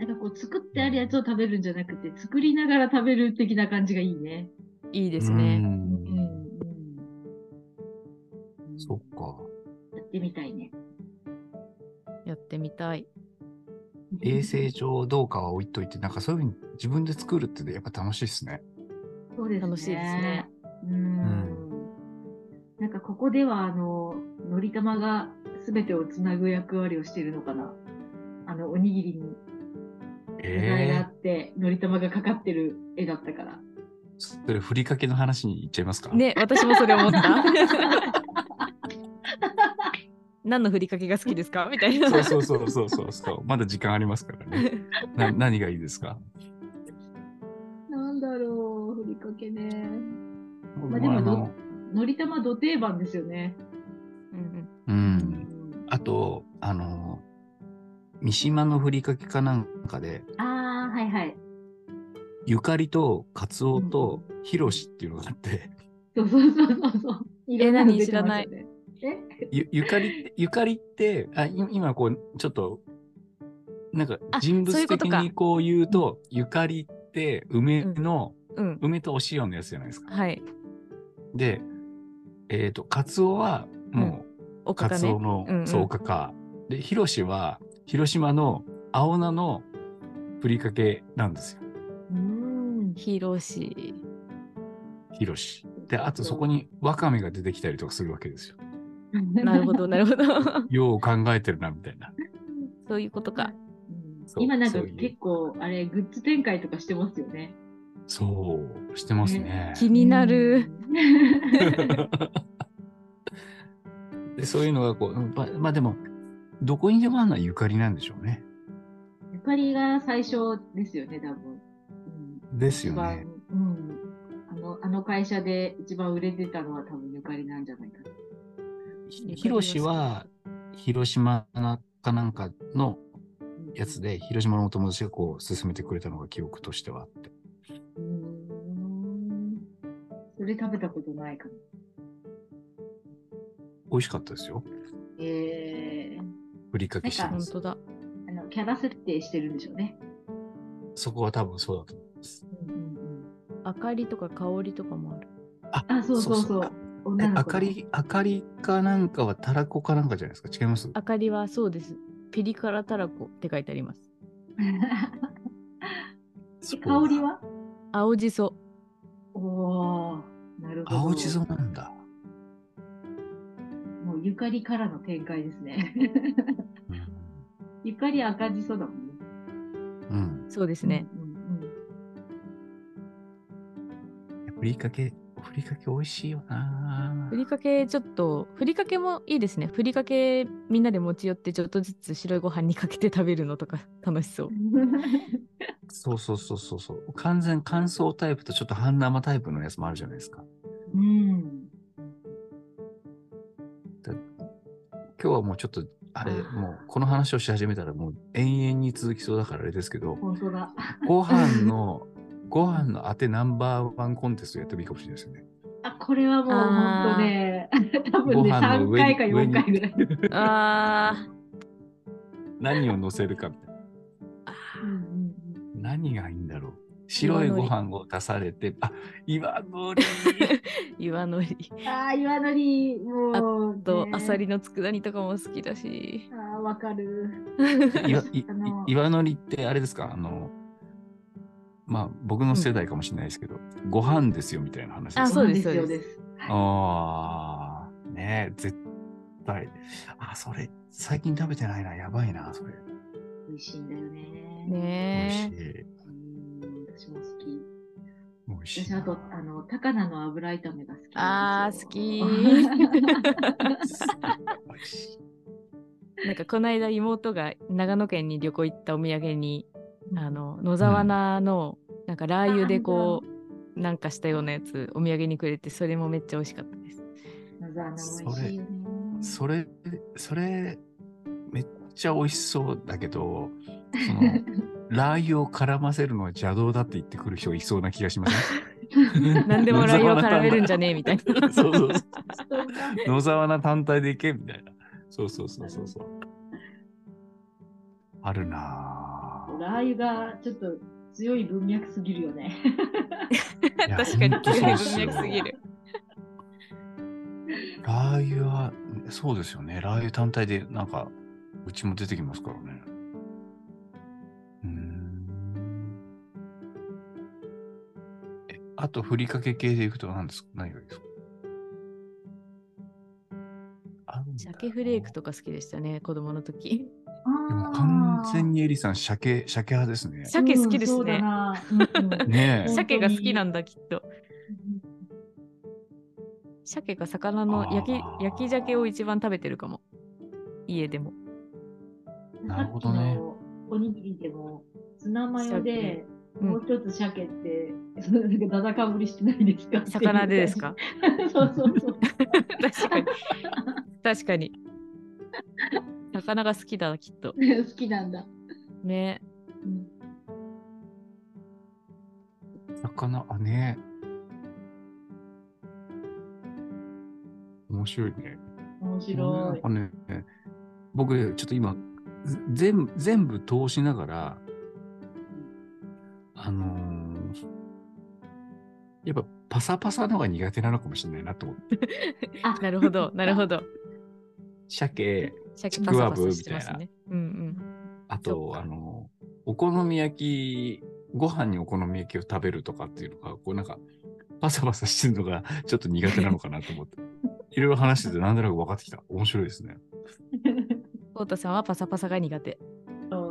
[SPEAKER 2] うん。なんかこう作ってあるやつを食べるんじゃなくて作りながら食べる的な感じがいいね。
[SPEAKER 3] いいです
[SPEAKER 1] う
[SPEAKER 3] ね。
[SPEAKER 2] うん
[SPEAKER 1] ん。
[SPEAKER 2] うん。
[SPEAKER 1] そっか。
[SPEAKER 2] やってみたいね。
[SPEAKER 3] やってみたい。
[SPEAKER 1] 衛生上どうかは置いといて、なんかそういうふうに自分で作るってやっぱ楽しいですね。
[SPEAKER 2] そうですね。
[SPEAKER 3] 楽しいですね。
[SPEAKER 2] うん。なんかここでは、あの、のりたまが全てをつなぐ役割をしているのかな。あの、おにぎりに具材があ
[SPEAKER 1] え
[SPEAKER 2] って、のりたまがかかってる絵だったから。
[SPEAKER 1] えそれふりかけの話に行っちゃいますか。
[SPEAKER 3] ね、私もそれ 思った。 何のふりかけが好きですかみたいな。
[SPEAKER 1] そうそうそうそうそうそう。まだ時間ありますからね。な何がいいですか。
[SPEAKER 2] なんだろう、ふりかけね。
[SPEAKER 1] 僕
[SPEAKER 2] まあでもど
[SPEAKER 1] の
[SPEAKER 2] のりたまど定番ですよね。
[SPEAKER 3] うん
[SPEAKER 1] う。。
[SPEAKER 2] うん
[SPEAKER 1] あとあの三島のふりかけかなんかで
[SPEAKER 2] ああ、はいはい。
[SPEAKER 1] ゆかりとカツオとひろしっていうのがあって、
[SPEAKER 2] そうそうそうそうそう。
[SPEAKER 3] え何
[SPEAKER 2] 出てますよね。
[SPEAKER 1] ゆゆかりゆかりってあい今こうちょっとなんか
[SPEAKER 3] あ
[SPEAKER 1] 人
[SPEAKER 3] そう
[SPEAKER 1] 物
[SPEAKER 3] いうこと
[SPEAKER 1] 的
[SPEAKER 3] か
[SPEAKER 1] にこう言うとゆかりって梅の、
[SPEAKER 3] うん。うん。
[SPEAKER 1] 梅とお塩のやつじゃないですか。
[SPEAKER 3] はい。
[SPEAKER 1] でえっ、とカツオはも
[SPEAKER 3] お
[SPEAKER 1] うカ
[SPEAKER 3] かか
[SPEAKER 1] ツオ
[SPEAKER 3] ね。
[SPEAKER 1] の、
[SPEAKER 3] うんうん
[SPEAKER 1] そうおかかでひろしは広島の青菜のふりかけなんですよ
[SPEAKER 2] うーん。
[SPEAKER 3] 広し。
[SPEAKER 1] ひろし。であとそこにわかめが出てきたりとかするわけですよ。
[SPEAKER 3] なるほど、なるほど。
[SPEAKER 1] よう考えてるなみたいな。
[SPEAKER 3] そういうことか。
[SPEAKER 2] うん
[SPEAKER 1] そう
[SPEAKER 2] 今なん
[SPEAKER 1] そ
[SPEAKER 2] か
[SPEAKER 1] ういう
[SPEAKER 2] 結構あれグッズ展開とかしてますよね。
[SPEAKER 1] そうしてますね。
[SPEAKER 3] 気になる。
[SPEAKER 1] でそういうのがこう、うんままあでもどこにでもあるのはゆかりなんでしょうね。
[SPEAKER 2] うん。ゆかりが最初ですよね多分。うん
[SPEAKER 1] です
[SPEAKER 2] 一
[SPEAKER 1] よ
[SPEAKER 2] 番、
[SPEAKER 1] ね。
[SPEAKER 2] うん。あのあの会社で一番売れてたのは多分ゆかりなんじゃないかな。
[SPEAKER 1] ひひろしは広島かなんかの
[SPEAKER 2] うん
[SPEAKER 1] やつ。で広島のお友達がこう勧めてくれたのが記憶としてはあって。
[SPEAKER 2] うーんそれ食べたことないかも。
[SPEAKER 1] 美味しかったですよ。
[SPEAKER 2] えー、
[SPEAKER 1] ふりかけしてま
[SPEAKER 3] 本
[SPEAKER 1] す。
[SPEAKER 3] 当だ。
[SPEAKER 2] あのキャラ設定してるんでしょうね。
[SPEAKER 1] そこは多分そうだと思います。
[SPEAKER 3] 明かりとか香りとかもある。
[SPEAKER 2] あ、そうそうそう。
[SPEAKER 1] そうそうえ
[SPEAKER 2] 女の子の
[SPEAKER 1] あか り、あかりかなんかはたらこかなんかじゃないですか。違います
[SPEAKER 3] 明かりはそうです。ピリ辛たらこって書いてあります。
[SPEAKER 1] そ
[SPEAKER 2] え
[SPEAKER 1] う
[SPEAKER 2] 香りは
[SPEAKER 3] 青じそ。
[SPEAKER 2] おおーなるほど。
[SPEAKER 1] 青じそなんだ。
[SPEAKER 2] もうゆかりからの展開ですね。
[SPEAKER 1] うん
[SPEAKER 2] ゆかり赤じそだもんね。
[SPEAKER 1] うん。
[SPEAKER 3] そうですね。
[SPEAKER 2] うんうん
[SPEAKER 1] ふりかけ、ふりかけ美味しいよな
[SPEAKER 3] ふ。りかけちょっとふりかけもいいですねふりかけみんなで持ち寄ってちょっとずつ白いご飯にかけて食べるのとか 楽しそう
[SPEAKER 2] うん。
[SPEAKER 1] そうそうそうそうそう。完全乾燥タイプとちょっと半生タイプのやつもあるじゃないですか。
[SPEAKER 2] うん。
[SPEAKER 1] 今日はもうちょっと、あれ、
[SPEAKER 2] あー
[SPEAKER 1] もうこの話をし始めたらもう延々に続きそうだからあれですけど、
[SPEAKER 2] 本当だ。
[SPEAKER 1] ご飯の、ご飯の当てナンバーワンコンテストやってもいいかもしれないですよね。
[SPEAKER 2] あ、これはもう本当ね、多分
[SPEAKER 1] ご
[SPEAKER 2] ね、
[SPEAKER 1] 飯の
[SPEAKER 2] 3
[SPEAKER 1] 上に
[SPEAKER 2] 回か4回ぐらい。
[SPEAKER 3] あー
[SPEAKER 1] 何を乗せるかみたいな。
[SPEAKER 2] うんうん
[SPEAKER 1] 何がいいんだろう。白いご飯を出されて、あ、岩の り。
[SPEAKER 3] 岩のり
[SPEAKER 2] うんああ、岩のり、もう、
[SPEAKER 3] と
[SPEAKER 2] ね
[SPEAKER 3] あさ。りの佃煮とかも好きだし
[SPEAKER 2] ああ、わかる。
[SPEAKER 1] 岩いい
[SPEAKER 2] あの
[SPEAKER 1] 岩のりってあれですかあのまあ僕の世代かもしれないですけど、ご飯ですよみたいな話です
[SPEAKER 3] あそうです
[SPEAKER 2] よ
[SPEAKER 3] そうで
[SPEAKER 1] あーねえ絶対あそれ最近食べてないなやばいなそれ
[SPEAKER 2] 美味しいんだよね。
[SPEAKER 1] 美味しい
[SPEAKER 3] ね
[SPEAKER 2] うん、私も好き。
[SPEAKER 1] 美味しい
[SPEAKER 2] 私あとあの高菜の油炒めが好きなんですよ。
[SPEAKER 3] あ
[SPEAKER 1] 美味 しい
[SPEAKER 3] え なんかこの間妹が長野県に旅行行ったお土産にあの野沢菜のなんかラー油でこうなんかしたようなやつお土産にくれてそれもめっちゃ美味しかっ たです
[SPEAKER 2] 野沢菜美味しいよね。
[SPEAKER 1] それそれめっちゃ美味しそうだけどそ のラー油を絡ませるのは邪道だって言ってくる人がいそうな気がします
[SPEAKER 3] 何でもラー油を絡めるんじゃねえみたいな
[SPEAKER 1] そうそうそう。野沢菜単体でいけみたいな。そうそうそうそうそう。あるなぁ。
[SPEAKER 2] ラー油がちょっと強い文脈すぎるよね。
[SPEAKER 1] いや
[SPEAKER 3] 確かに
[SPEAKER 1] ほんと
[SPEAKER 3] 強
[SPEAKER 1] そう
[SPEAKER 3] い文
[SPEAKER 1] っすよ
[SPEAKER 3] 脈すぎる
[SPEAKER 1] ラー油は、そうですよね。ラー油単体で、なんか、うちも出てきますからね。あと、ふりかけ系でいくと何ですか何がいいですかあんだよ
[SPEAKER 3] 鮭フレークとか好きでしたね、子供の時。
[SPEAKER 1] でも完全に
[SPEAKER 2] に
[SPEAKER 1] エリさん、鮭、鮭派ですね。
[SPEAKER 3] 鮭好きですね。
[SPEAKER 1] ねえ。
[SPEAKER 2] 本当に
[SPEAKER 3] 鮭が好きなんだ、きっと。鮭か魚の焼
[SPEAKER 1] あー
[SPEAKER 3] き焼き鮭を一番食べてるかも。家でも。
[SPEAKER 1] なるほどね。
[SPEAKER 2] おにぎりでもツナマヨで、
[SPEAKER 3] うん
[SPEAKER 2] もう一つ鮭って、なんかダダかぶりしてないですかっていう
[SPEAKER 3] 魚でですか
[SPEAKER 2] そうそうそう。
[SPEAKER 3] 確かに。確かに。魚が好きだ、きっと。
[SPEAKER 2] 好きなんだ。
[SPEAKER 3] ね。
[SPEAKER 2] うん
[SPEAKER 1] 魚、あ、ねえ。面白いね。
[SPEAKER 2] 面白い
[SPEAKER 1] あ。のね、僕、ちょっと今、ぜ全部、全部通しながら、あのーやっぱパサパサのが苦手なのかもしれないなと思って。
[SPEAKER 2] あ
[SPEAKER 3] なるほ ど、なるほど。
[SPEAKER 1] 鮭、
[SPEAKER 3] 鮭
[SPEAKER 1] ち
[SPEAKER 3] パ
[SPEAKER 1] く
[SPEAKER 3] サ
[SPEAKER 1] わ
[SPEAKER 3] パ
[SPEAKER 1] ぶ
[SPEAKER 3] サしてますね。うんうん。
[SPEAKER 1] あ
[SPEAKER 3] そ
[SPEAKER 1] と
[SPEAKER 3] っ、か
[SPEAKER 1] あのーお好み焼き、ご飯にお好み焼きを食べるとかっていうのが、こうなんか、パサパサしてるのがちょっと苦手なのかなと思って。いろいろ話してて、なんとなく分かってきた。面白いですね。
[SPEAKER 3] コウタさんはパサパサが苦手。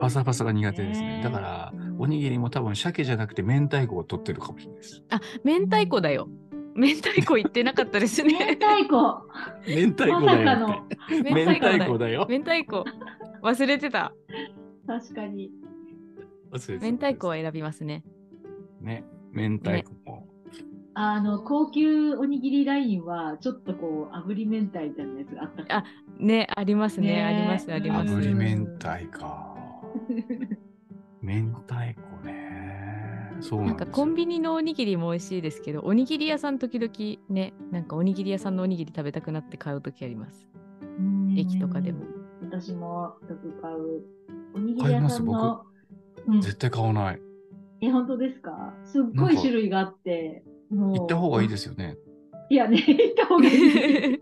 [SPEAKER 1] パサパサが苦手ですね。だから、おに
[SPEAKER 3] ぎ
[SPEAKER 1] ぎりも多分鮭じゃなくて明太子を取ってるかもしれないです。
[SPEAKER 3] 明太子だ よ。。明太子言ってなかったです
[SPEAKER 2] 明
[SPEAKER 3] ね。
[SPEAKER 2] 太子。
[SPEAKER 1] 明太子
[SPEAKER 2] ま
[SPEAKER 1] だ
[SPEAKER 2] さか
[SPEAKER 1] よ
[SPEAKER 2] の
[SPEAKER 1] っ。て。
[SPEAKER 3] 明
[SPEAKER 1] 明
[SPEAKER 3] 太
[SPEAKER 1] 太
[SPEAKER 3] 子
[SPEAKER 1] 子だ
[SPEAKER 3] だよ。
[SPEAKER 1] よ。
[SPEAKER 3] 明太子。忘れてた。
[SPEAKER 2] 確かに。
[SPEAKER 3] 明太子を
[SPEAKER 1] は
[SPEAKER 3] 選びますね。
[SPEAKER 1] ね。明太子も。
[SPEAKER 2] あの、高級おにぎりラインは、ちょっとこう、炙り明太みたいなやつがあったから
[SPEAKER 3] あね、ありますね。
[SPEAKER 2] ね
[SPEAKER 3] あります、あります。
[SPEAKER 1] 炙り明太か。明太子ね。そう
[SPEAKER 3] な
[SPEAKER 1] なんん
[SPEAKER 3] か
[SPEAKER 1] です
[SPEAKER 3] コ
[SPEAKER 1] よ
[SPEAKER 3] ンビニのおにぎりも美味しいですけど、おにぎり屋さん時々ね、なんかおにぎり屋さんのおにぎり食べたくなって買う時あり ます。 駅とかでも。
[SPEAKER 2] 私もよく買う。おにぎり屋さんの。うん
[SPEAKER 1] 絶対買わない。
[SPEAKER 2] え、本当ですかすっごい種類があって。もう
[SPEAKER 1] 行った方がいいですよね。
[SPEAKER 2] いやね、行った方がいいで す。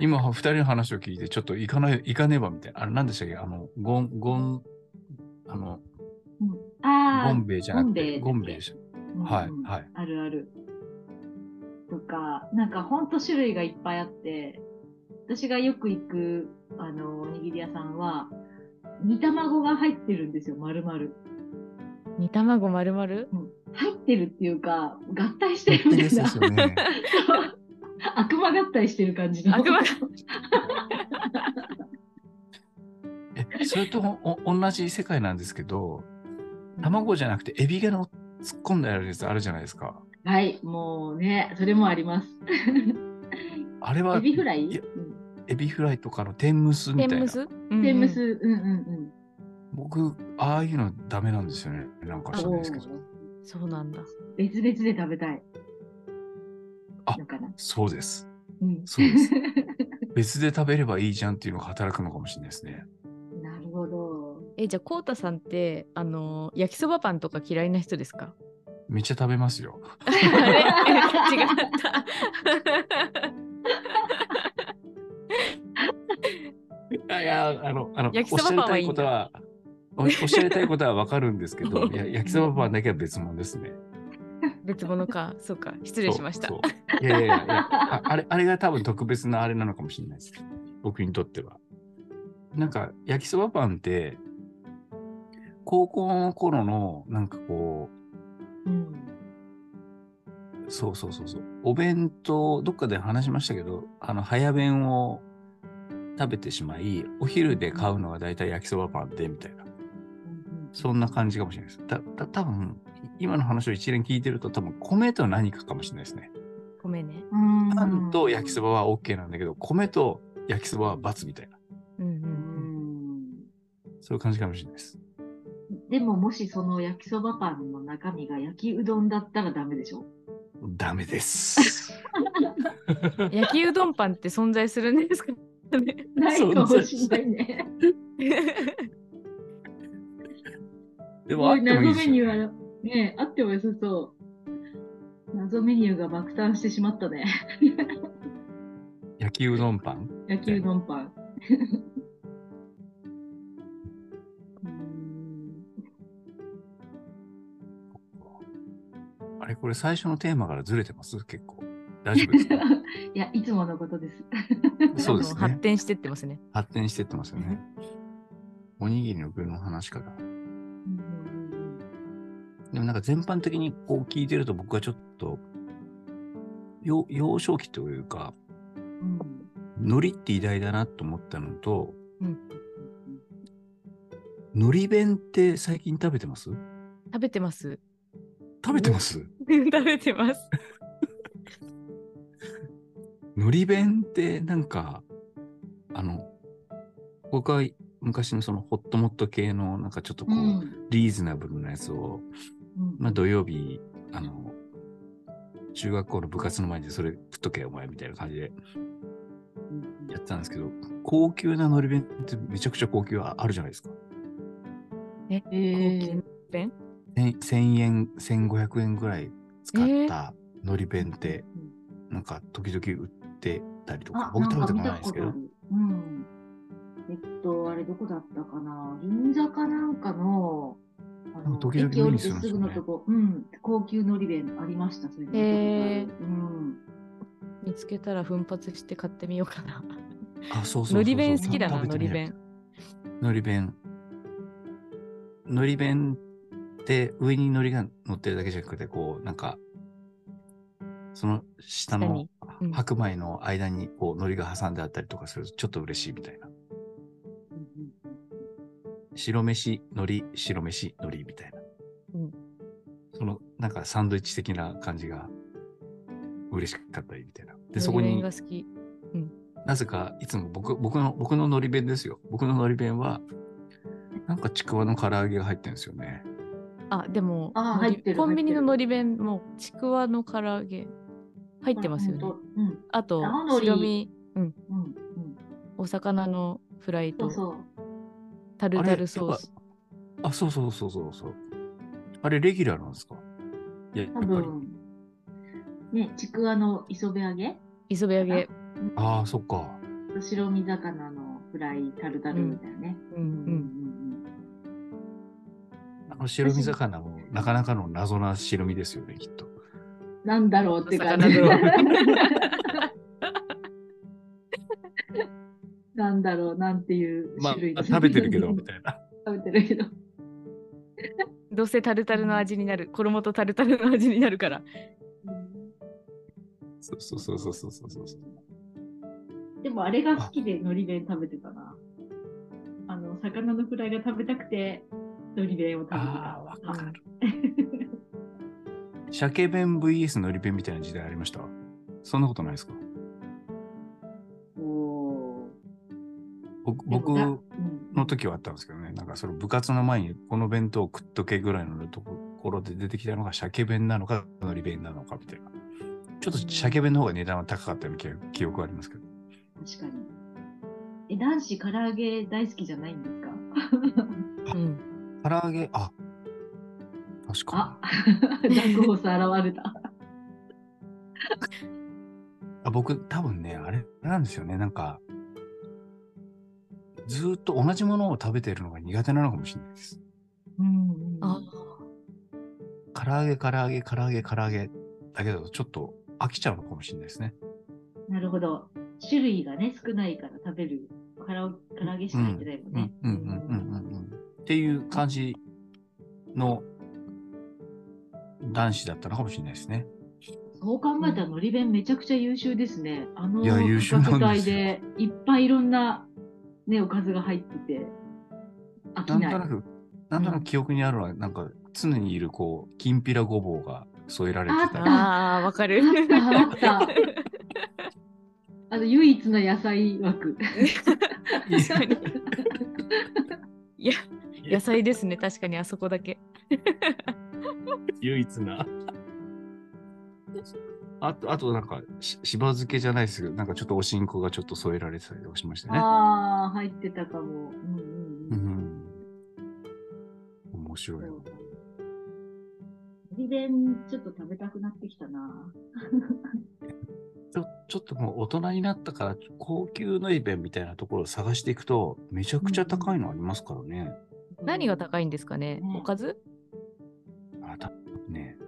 [SPEAKER 1] 今、二人の話を聞いて、ちょっと行かない、行かねばみたいな。あれ、何でしたっけあの、ゴン、ゴン、あの、
[SPEAKER 2] うんあ
[SPEAKER 1] ゴ
[SPEAKER 2] あ、
[SPEAKER 1] ンベイじゃなくて、
[SPEAKER 2] ゴ
[SPEAKER 1] ゴ
[SPEAKER 2] ン
[SPEAKER 1] ン
[SPEAKER 2] ベイ
[SPEAKER 1] ベイ
[SPEAKER 2] だっ
[SPEAKER 1] じ
[SPEAKER 2] うん
[SPEAKER 1] ゃはい
[SPEAKER 2] うん、
[SPEAKER 1] はい。
[SPEAKER 2] あるある。とか、なんかほんと種類がいっぱいあって、私がよく行く、あの、おにぎり屋さんは、煮卵が入ってるんですよ、丸々。
[SPEAKER 3] 煮卵丸々
[SPEAKER 2] 入ってるっていうか、合体してるみたいな。
[SPEAKER 1] よね。
[SPEAKER 2] 悪魔合体してる感じの。
[SPEAKER 3] 悪魔合
[SPEAKER 1] えそれとおお同じ世界なんですけど、卵じゃなくてエビがの突っ込んであるやつあるじゃないですか。
[SPEAKER 2] はい、もうね、それもあります。
[SPEAKER 1] あれは
[SPEAKER 2] エビフライ
[SPEAKER 1] いや
[SPEAKER 2] うん
[SPEAKER 1] エビフライとかの天むすみ
[SPEAKER 3] 天
[SPEAKER 1] たいな
[SPEAKER 3] む。す
[SPEAKER 2] 天む。
[SPEAKER 3] うんうん
[SPEAKER 2] す、うんうん
[SPEAKER 1] 僕、ああいうのダメなんですよね。なんか
[SPEAKER 2] うん。
[SPEAKER 1] 知らないですけど。
[SPEAKER 3] そうなんだ。
[SPEAKER 2] 別々で食べたい。
[SPEAKER 1] あ
[SPEAKER 2] のかな。
[SPEAKER 1] そうです。
[SPEAKER 2] うん
[SPEAKER 1] そうです。別で食べればいいじゃんっていうのが働くのかもしれないですね。
[SPEAKER 2] なるほど。
[SPEAKER 3] え、じゃあ、コウタさんって、あのー焼きそばパンとか嫌いな人ですか
[SPEAKER 1] めっちゃ食べますよ。
[SPEAKER 3] あれ 違った。
[SPEAKER 1] いやいや、あの、あの、
[SPEAKER 3] 焼き
[SPEAKER 1] おっ
[SPEAKER 3] そ
[SPEAKER 1] しゃり
[SPEAKER 3] ばパンは
[SPEAKER 1] た
[SPEAKER 3] いい
[SPEAKER 1] い
[SPEAKER 3] ん
[SPEAKER 1] こ
[SPEAKER 3] だ
[SPEAKER 1] とは、おおっしゃりたいことはわかるんですけど、いや焼きそばパンだけは別物ですね。
[SPEAKER 3] 別物か。そうか。失礼しました
[SPEAKER 1] そ。う。そういやいやいやいやあ、あれ、あれが多分特別なあれなのかもしれないです。僕にとっては。なんか、焼きそばパンって、高校の頃の、なんかこ
[SPEAKER 2] うん。
[SPEAKER 1] う、そうそうそうそう、お弁当、どっかで話しましたけど、あの、早弁を食べてしまい、お昼で買うのは大体焼きそばパンで、みたいな。そんな感じかもしれないです。た、た、多分今の話を一連聞いてると、多分米と何かかもしれないですね。
[SPEAKER 3] ごめんね。
[SPEAKER 2] うん
[SPEAKER 1] パンと焼きそばは OK なんだけど、米と焼きそばは×みたいな、
[SPEAKER 3] うんう。
[SPEAKER 2] うんん。
[SPEAKER 1] そういう感じかもしれないです。
[SPEAKER 2] でももしその焼きそばパンの中身が焼きうどんだったらダメでしょ。
[SPEAKER 1] ダメ です。
[SPEAKER 3] 焼きうどんパンって存在するんですかね
[SPEAKER 2] ないかもしれないね。
[SPEAKER 1] ですもあ
[SPEAKER 2] ご
[SPEAKER 1] っ
[SPEAKER 2] い
[SPEAKER 1] てもい
[SPEAKER 2] 謎
[SPEAKER 1] いで
[SPEAKER 2] メ
[SPEAKER 1] す
[SPEAKER 2] ニュ
[SPEAKER 1] よ、
[SPEAKER 2] ー
[SPEAKER 1] ね。
[SPEAKER 2] はねあっても良さそう。謎メニューが爆誕してしまったね。
[SPEAKER 1] 焼きうどんパン
[SPEAKER 2] 焼きうどんパン。うーん
[SPEAKER 1] あれこれ最初のテーマからずれてます結構。大丈夫です か
[SPEAKER 2] いや、いつものことです。
[SPEAKER 1] そうで
[SPEAKER 3] あ
[SPEAKER 1] す
[SPEAKER 3] の発
[SPEAKER 1] ね。
[SPEAKER 3] 展してってますね。
[SPEAKER 1] 発展してってますよね。おにぎりの具の話から。
[SPEAKER 2] うん
[SPEAKER 1] でもなんか全般的にこう聞いてると僕はちょっと、よ幼少期というか、
[SPEAKER 2] うん
[SPEAKER 1] 海苔って偉大だなと思ったのと、
[SPEAKER 3] うん
[SPEAKER 1] 海苔弁って最近食べてます
[SPEAKER 3] 食べてます。
[SPEAKER 1] 食べてます
[SPEAKER 3] 食べてます。
[SPEAKER 1] 海苔弁ってなんか、あの、僕は昔のそのホットモット系のなんかちょっとこ
[SPEAKER 2] う
[SPEAKER 1] う、
[SPEAKER 2] ん
[SPEAKER 1] リーズナブルなやつを、
[SPEAKER 2] うん
[SPEAKER 1] まあ土曜日、あの、中学校の部活の前でそれ食っとけよお前みたいな感じでやってたんですけど、高級な海苔弁ってめちゃくちゃ高級ああるじゃないですか。
[SPEAKER 2] え
[SPEAKER 3] 高級
[SPEAKER 2] ー
[SPEAKER 3] 弁
[SPEAKER 1] 1000円、1500円ぐらい使った海苔弁って、なんか時々売ってたりとか
[SPEAKER 2] あ、、
[SPEAKER 1] 僕食べ
[SPEAKER 2] ん
[SPEAKER 1] た
[SPEAKER 2] か
[SPEAKER 1] こ
[SPEAKER 2] 見
[SPEAKER 1] とない
[SPEAKER 2] た
[SPEAKER 1] です
[SPEAKER 2] こ
[SPEAKER 1] け
[SPEAKER 2] と
[SPEAKER 1] ど
[SPEAKER 2] ある。うん。えっと、あれどこだったかな銀座かなんかの、あ
[SPEAKER 1] なんか時々
[SPEAKER 2] 駅降
[SPEAKER 1] 目
[SPEAKER 2] り
[SPEAKER 1] にす
[SPEAKER 2] て
[SPEAKER 1] るんですす
[SPEAKER 2] ぐ
[SPEAKER 1] よね
[SPEAKER 2] のとこ、うん、高級のり弁ありました、それで。
[SPEAKER 3] へー
[SPEAKER 2] うん。
[SPEAKER 3] 見つけたら奮発して買ってみようかな。
[SPEAKER 1] あ、そうそうそうそう。
[SPEAKER 3] のり弁好きだな、
[SPEAKER 1] 食
[SPEAKER 3] の
[SPEAKER 1] べて
[SPEAKER 3] り
[SPEAKER 1] みない
[SPEAKER 3] 弁。
[SPEAKER 1] のり弁。のり弁って上にのりが乗ってるだけじゃなくて、こう、なんか、その下
[SPEAKER 3] 下
[SPEAKER 1] の
[SPEAKER 3] にうん
[SPEAKER 1] 白米の間にこう、のりが挟んであったりとかするとちょっと嬉しいみたいな。白飯、のり、白飯、のりみたいな。
[SPEAKER 3] うん
[SPEAKER 1] その、なんかサンドイッチ的な感じが嬉しかったりみたいな。で、
[SPEAKER 3] の
[SPEAKER 1] そこ
[SPEAKER 3] り弁
[SPEAKER 1] に
[SPEAKER 3] が好き。
[SPEAKER 1] なぜかいつも僕僕の僕ののり弁ですよ。僕ののり弁は、なんかちくわの唐揚げが入ってるんですよね。
[SPEAKER 3] あ、でも、
[SPEAKER 2] あー
[SPEAKER 3] のり
[SPEAKER 2] 入ってる
[SPEAKER 3] コンビニの
[SPEAKER 2] 入
[SPEAKER 3] の
[SPEAKER 2] っ
[SPEAKER 3] り弁もちくわの唐揚げ入ってますよね
[SPEAKER 2] ほ。んとうん。
[SPEAKER 3] あと
[SPEAKER 2] 青の、り
[SPEAKER 3] 白身、
[SPEAKER 2] うん。うん。
[SPEAKER 3] お魚のフライ
[SPEAKER 2] そ
[SPEAKER 3] と
[SPEAKER 2] うそう。
[SPEAKER 3] タル
[SPEAKER 1] あ
[SPEAKER 3] タ
[SPEAKER 1] れ
[SPEAKER 3] ルソース。
[SPEAKER 1] あ、そうそうそうそうそう。あれ、レギュラーなんですかいや、やっ
[SPEAKER 2] 多
[SPEAKER 1] ぱり。
[SPEAKER 2] 分、ね、ちくわの磯辺揚げ
[SPEAKER 3] 磯辺揚げ。
[SPEAKER 1] ああ、そっか。
[SPEAKER 2] 白身魚のフライタルタルみたいなね。
[SPEAKER 3] うんう
[SPEAKER 2] うんうん
[SPEAKER 3] ん。
[SPEAKER 1] あの白身魚もなかなかの謎な白身ですよね、きっと。
[SPEAKER 2] うんなんだろうって感じ。
[SPEAKER 3] 魚だ
[SPEAKER 2] なんだろうなんていう
[SPEAKER 1] まあ
[SPEAKER 2] 種類、だ
[SPEAKER 1] 食べてるけど、みたいな。
[SPEAKER 2] 食べてるけど。
[SPEAKER 3] どうせタルタルの味になる。衣とタルタルの味になるから。
[SPEAKER 1] そうそうそうそうそうそうそう。
[SPEAKER 2] でもあれが好きで海苔弁食べてたな。あの、魚のフライが食べたくて、海苔弁を食べてた。
[SPEAKER 1] あーわかる。鮭弁 VS のり弁みたいな時代ありましたそんなことないですか
[SPEAKER 2] おー
[SPEAKER 1] 僕、
[SPEAKER 2] でもなう
[SPEAKER 1] 僕
[SPEAKER 2] ん
[SPEAKER 1] の時はあったんですけどね、なんかその部活の前にこの弁当を食っとけぐらいのところで出てきたのが鮭弁なのか、海苔弁なのかみたいな。ちょっと鮭弁の方が値段は高かったような記記憶がありますけど。
[SPEAKER 2] 確かに。え、男子唐揚げ大好きじゃないんですか
[SPEAKER 3] うん。
[SPEAKER 1] 唐揚げ、あ、確か、
[SPEAKER 2] あダークホース現れた。
[SPEAKER 1] に。あ僕、多分ね、あれなんですよね、なんか、ずーっと同じものを食べてるのが苦手なのかもしれないです。
[SPEAKER 2] うんうん
[SPEAKER 3] あ
[SPEAKER 1] 唐揚げ、唐揚げ、唐揚げ、唐揚げだけだとちょっと飽きちゃうのかもしれないですね。
[SPEAKER 2] なるほど。種類がね、少ないから食べる。唐揚唐揚げしか入ってないもん
[SPEAKER 1] う
[SPEAKER 2] ね
[SPEAKER 1] ん。うんうんうんうんうん。っていう感じの男子だったのかもしれないですね。
[SPEAKER 2] そう考えたら、のり弁めちゃくちゃ優秀ですね。あの
[SPEAKER 1] いや優秀
[SPEAKER 2] 価
[SPEAKER 1] なんですよ
[SPEAKER 2] 格帯でいっぱいいろんな、ね、おかずが入ってて、飽
[SPEAKER 1] な
[SPEAKER 2] き
[SPEAKER 1] ん
[SPEAKER 2] ない。
[SPEAKER 1] となく、なんとなく記憶にあるのは、なんか常にいるこう、きんぴらごぼうが添えられてたり。
[SPEAKER 3] あー、わかる。
[SPEAKER 2] あっ たあった。あの唯一の野菜枠。
[SPEAKER 3] 確かに。いや、野菜ですね。確かにあそこだけ。
[SPEAKER 1] 唯一な。 あと、あとなんか、ししば漬けじゃないですけど、なんかちょっとおしんこがちょっと添えられてたりとかしましたね。
[SPEAKER 2] ああ、入ってたかも。うんう
[SPEAKER 1] う
[SPEAKER 2] んうん。
[SPEAKER 1] ん。面白いな。
[SPEAKER 2] のり弁ちょっと食べたくなってきたな。
[SPEAKER 1] ちょちょっともう大人になったから高級のイベンみたいなところを探していくとめちゃくちゃ高いのありますからね。
[SPEAKER 3] 何が高
[SPEAKER 2] い
[SPEAKER 3] いんですかね
[SPEAKER 2] ね。
[SPEAKER 3] おかず
[SPEAKER 1] あたね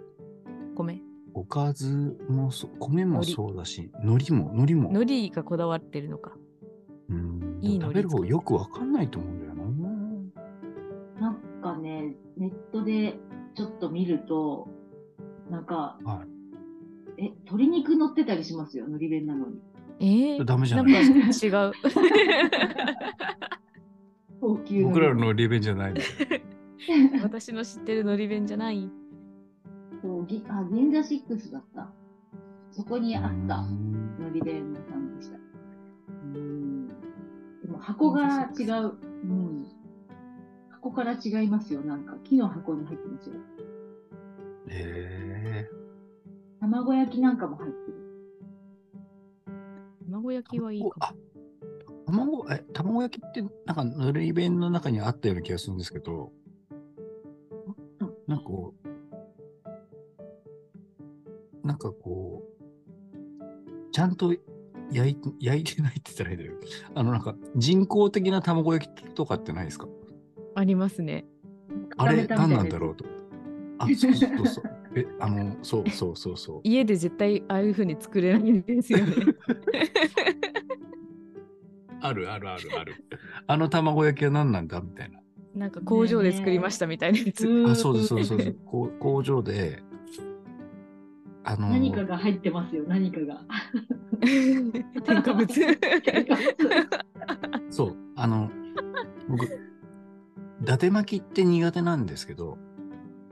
[SPEAKER 3] 米
[SPEAKER 1] おかずもそう、米もそうだし、海苔も、海苔も。
[SPEAKER 3] 海苔がこだわってるのか
[SPEAKER 1] うん
[SPEAKER 3] いい
[SPEAKER 1] でも食べ
[SPEAKER 3] 海苔
[SPEAKER 1] る方よくわかんないと思うんだよな。
[SPEAKER 2] なんかね、ネットでちょっと見ると、なんか、
[SPEAKER 1] は
[SPEAKER 2] え、鶏肉乗ってたりしますよ、のり弁なのに。
[SPEAKER 3] えー、
[SPEAKER 1] ダメじ
[SPEAKER 3] な
[SPEAKER 1] ゃ
[SPEAKER 3] ん
[SPEAKER 1] な
[SPEAKER 3] か
[SPEAKER 1] い。
[SPEAKER 3] 違 う
[SPEAKER 2] 高級
[SPEAKER 1] 僕ら
[SPEAKER 2] の
[SPEAKER 1] のリベンジじゃない。
[SPEAKER 3] 私の知ってるのり弁じゃない
[SPEAKER 2] そうぎあ、銀座シックスだった。そこにあった
[SPEAKER 1] うん
[SPEAKER 2] のり弁屋さんでした。うん。でも箱が違
[SPEAKER 3] 銀座
[SPEAKER 2] う。うん。箱から違いますよ、なんか。木の箱に入ってますよ。
[SPEAKER 1] へえ
[SPEAKER 2] 卵焼きなんかも入ってる。
[SPEAKER 3] 卵焼きはいいかも
[SPEAKER 1] あ卵え卵焼きってなんかのり弁の中にあったような気がするんですけど
[SPEAKER 2] うん
[SPEAKER 1] なんかこうなんかこうちゃんと焼い焼いてないって言ったらいいだよあのなんか人工的な卵焼きとかってないですか
[SPEAKER 3] ありますね
[SPEAKER 1] あれ
[SPEAKER 2] 固
[SPEAKER 1] 何
[SPEAKER 2] めた
[SPEAKER 1] なん
[SPEAKER 2] みたいなやつ
[SPEAKER 1] だろうと あそうそうそうえあのそうそうそうそう
[SPEAKER 3] 家で絶対ああいうふうに作れないんです よね
[SPEAKER 1] あるあるあるあるあの卵焼きは何なんだみたいな
[SPEAKER 3] なんか工場で作りましたみたいなやつ、
[SPEAKER 1] あ、そうです、そうです、そうで
[SPEAKER 3] う
[SPEAKER 1] す。こう工場で、あの、
[SPEAKER 2] 何かが入ってますよ、何かが。
[SPEAKER 3] 添加物
[SPEAKER 1] そう、あの、僕、伊達巻きって苦手なんですけど、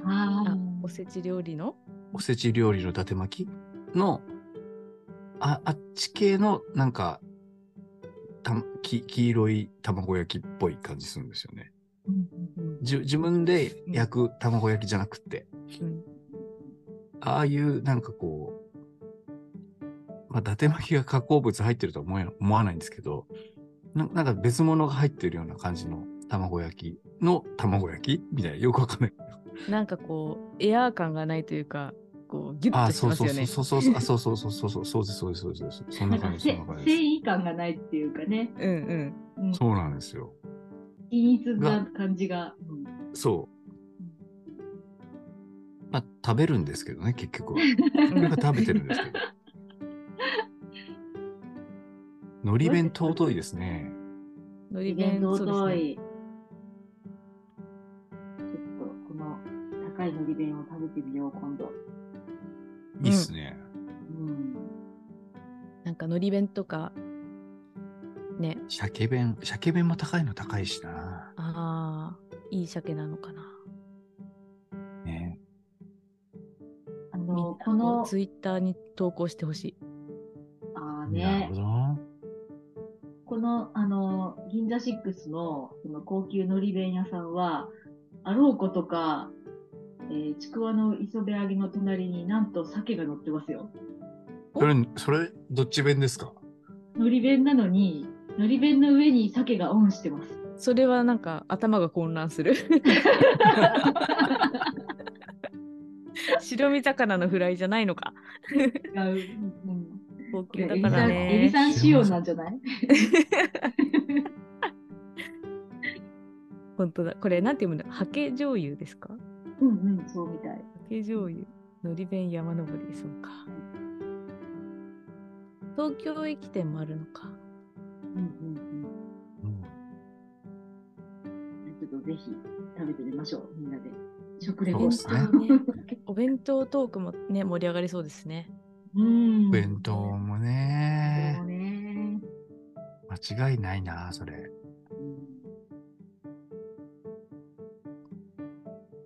[SPEAKER 2] ああ
[SPEAKER 3] あおせち料理の
[SPEAKER 1] おせち料理の伊達巻きの、ああっち系の、なんか、たき黄色い卵焼きっぽい感じするんですよね。じゅ自分で焼く卵焼きじゃなくて、
[SPEAKER 3] うん
[SPEAKER 1] ああいうなんかこう、まあ、伊達巻きが加工物入ってるとは思え思わないんですけどな、なんか別物が入ってるような感じの卵焼きの卵焼きみたいな、よくわかんない。
[SPEAKER 3] なんかこうエアー感がないというかこうギュッ
[SPEAKER 1] あ
[SPEAKER 3] と
[SPEAKER 1] あ、
[SPEAKER 3] して
[SPEAKER 1] そう
[SPEAKER 3] ます
[SPEAKER 1] そう
[SPEAKER 3] よ
[SPEAKER 1] そう
[SPEAKER 3] ね
[SPEAKER 1] そうそうそう、あ、そうそうそうそうそう、そうです、そうです、そうです、そうですそんな
[SPEAKER 2] な
[SPEAKER 1] ん
[SPEAKER 2] か
[SPEAKER 1] 感じ、そ
[SPEAKER 2] せ
[SPEAKER 1] んな感
[SPEAKER 2] 誠
[SPEAKER 1] じです。
[SPEAKER 2] 意感がないっていうかね、
[SPEAKER 3] うんうん
[SPEAKER 2] うん、
[SPEAKER 1] そうなんですよ。
[SPEAKER 2] 均一な感じが、うん
[SPEAKER 1] そう。まあ、食べるんですけどね、結局は。僕は食べて るんですけど。のり弁尊いですね。
[SPEAKER 3] の
[SPEAKER 2] イ
[SPEAKER 3] り
[SPEAKER 2] ベン
[SPEAKER 3] 弁
[SPEAKER 2] ト
[SPEAKER 3] そ
[SPEAKER 2] を遠
[SPEAKER 3] うですね
[SPEAKER 2] い、ちょっとこの高いのり弁を食べてみよう、今度。
[SPEAKER 1] いいっすね。
[SPEAKER 2] うん、
[SPEAKER 3] なんかのり弁とかね
[SPEAKER 1] 鮭弁、鮭弁も高いの高いしな。
[SPEAKER 3] あーいい鮭なのかな
[SPEAKER 1] ね。
[SPEAKER 2] あ
[SPEAKER 3] みん
[SPEAKER 2] の
[SPEAKER 3] な
[SPEAKER 2] この
[SPEAKER 3] ツイッターに投稿してほしい
[SPEAKER 2] あー
[SPEAKER 1] なる
[SPEAKER 2] ね
[SPEAKER 1] ほ、ど。
[SPEAKER 2] このあの銀座シックスのその高級のり弁屋さんは、あろうことか、えーちくわの磯辺揚げの隣になんと鮭が乗ってますよ。
[SPEAKER 1] それ、それ、どっち弁ですか
[SPEAKER 2] のり弁なのに、のり弁の上に鮭がオンしてます。
[SPEAKER 3] それはなんか頭が混乱する白身魚のフライじゃないのか
[SPEAKER 2] 違ううん
[SPEAKER 3] 高
[SPEAKER 2] これ
[SPEAKER 3] 級
[SPEAKER 2] エ
[SPEAKER 3] だ
[SPEAKER 2] ビ
[SPEAKER 3] か
[SPEAKER 2] さ
[SPEAKER 3] ら
[SPEAKER 2] んエビ
[SPEAKER 3] ね
[SPEAKER 2] さん仕様なんじゃない
[SPEAKER 3] 本当だこれなんて読むんだハケ醤油ですかハ
[SPEAKER 2] うんうん、そうみたい。
[SPEAKER 3] ケ醤油のり弁山登りそうか東京駅店もあるのか
[SPEAKER 2] うんうん
[SPEAKER 1] うん
[SPEAKER 2] うん。ちょっとぜひ食べてみましょう、みんなで。食レ
[SPEAKER 1] そ
[SPEAKER 2] ポ
[SPEAKER 1] うっすね
[SPEAKER 3] お弁当トークもね盛り上がりそうです ね
[SPEAKER 2] うん。
[SPEAKER 1] 弁当もね
[SPEAKER 2] そう。ね。
[SPEAKER 1] 間違いないな、それ。
[SPEAKER 2] うん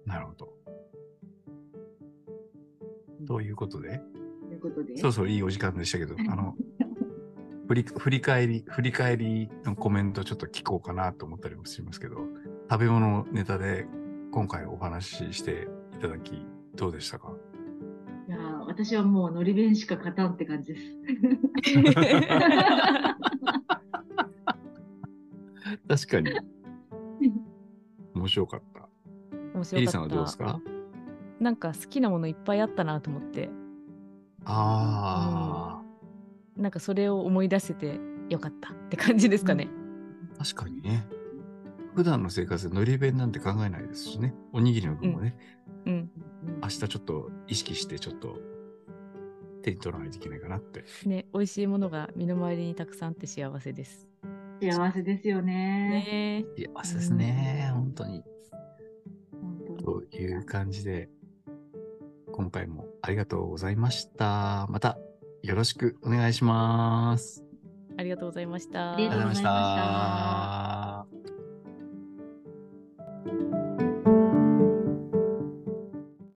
[SPEAKER 1] なるほど。ということで、
[SPEAKER 2] ということで。
[SPEAKER 1] そろそろいいお時間でしたけ ど、あの、振り振り返り、振り返りのコメントちょっと聞こうかなと思ったりもしますけど、食べ物ネタで今回お話ししていただき、どうでしたか
[SPEAKER 2] いやー私はもうのり弁しか勝たんって感じです。
[SPEAKER 1] 確かに。面白かった。
[SPEAKER 3] 面
[SPEAKER 1] エ
[SPEAKER 3] 白
[SPEAKER 1] リ
[SPEAKER 3] かった
[SPEAKER 1] さんはどうですか
[SPEAKER 3] なんか好きなものいっぱいあったなと思って
[SPEAKER 1] ああ、
[SPEAKER 3] なんかそれを思い出せてよかったって感じですかね。
[SPEAKER 1] 確かにね。普段の生活でのり弁なんて考えないですしね。おにぎりの具もね。
[SPEAKER 3] うん。
[SPEAKER 1] 明日ちょっと意識して、ちょっと手に取らないといけないかなって。
[SPEAKER 3] ね、美味しいものが身の回りにたくさんあって幸せです。
[SPEAKER 2] 幸せですよね。
[SPEAKER 3] ね
[SPEAKER 1] いや、そうですね、
[SPEAKER 2] うん
[SPEAKER 1] 本当に。
[SPEAKER 2] 本当に
[SPEAKER 1] という感じで、今回もありがとうございました。またよろしくお願いします。
[SPEAKER 3] ありがとうございました。
[SPEAKER 2] ありがとうございました
[SPEAKER 1] ありがとうございました。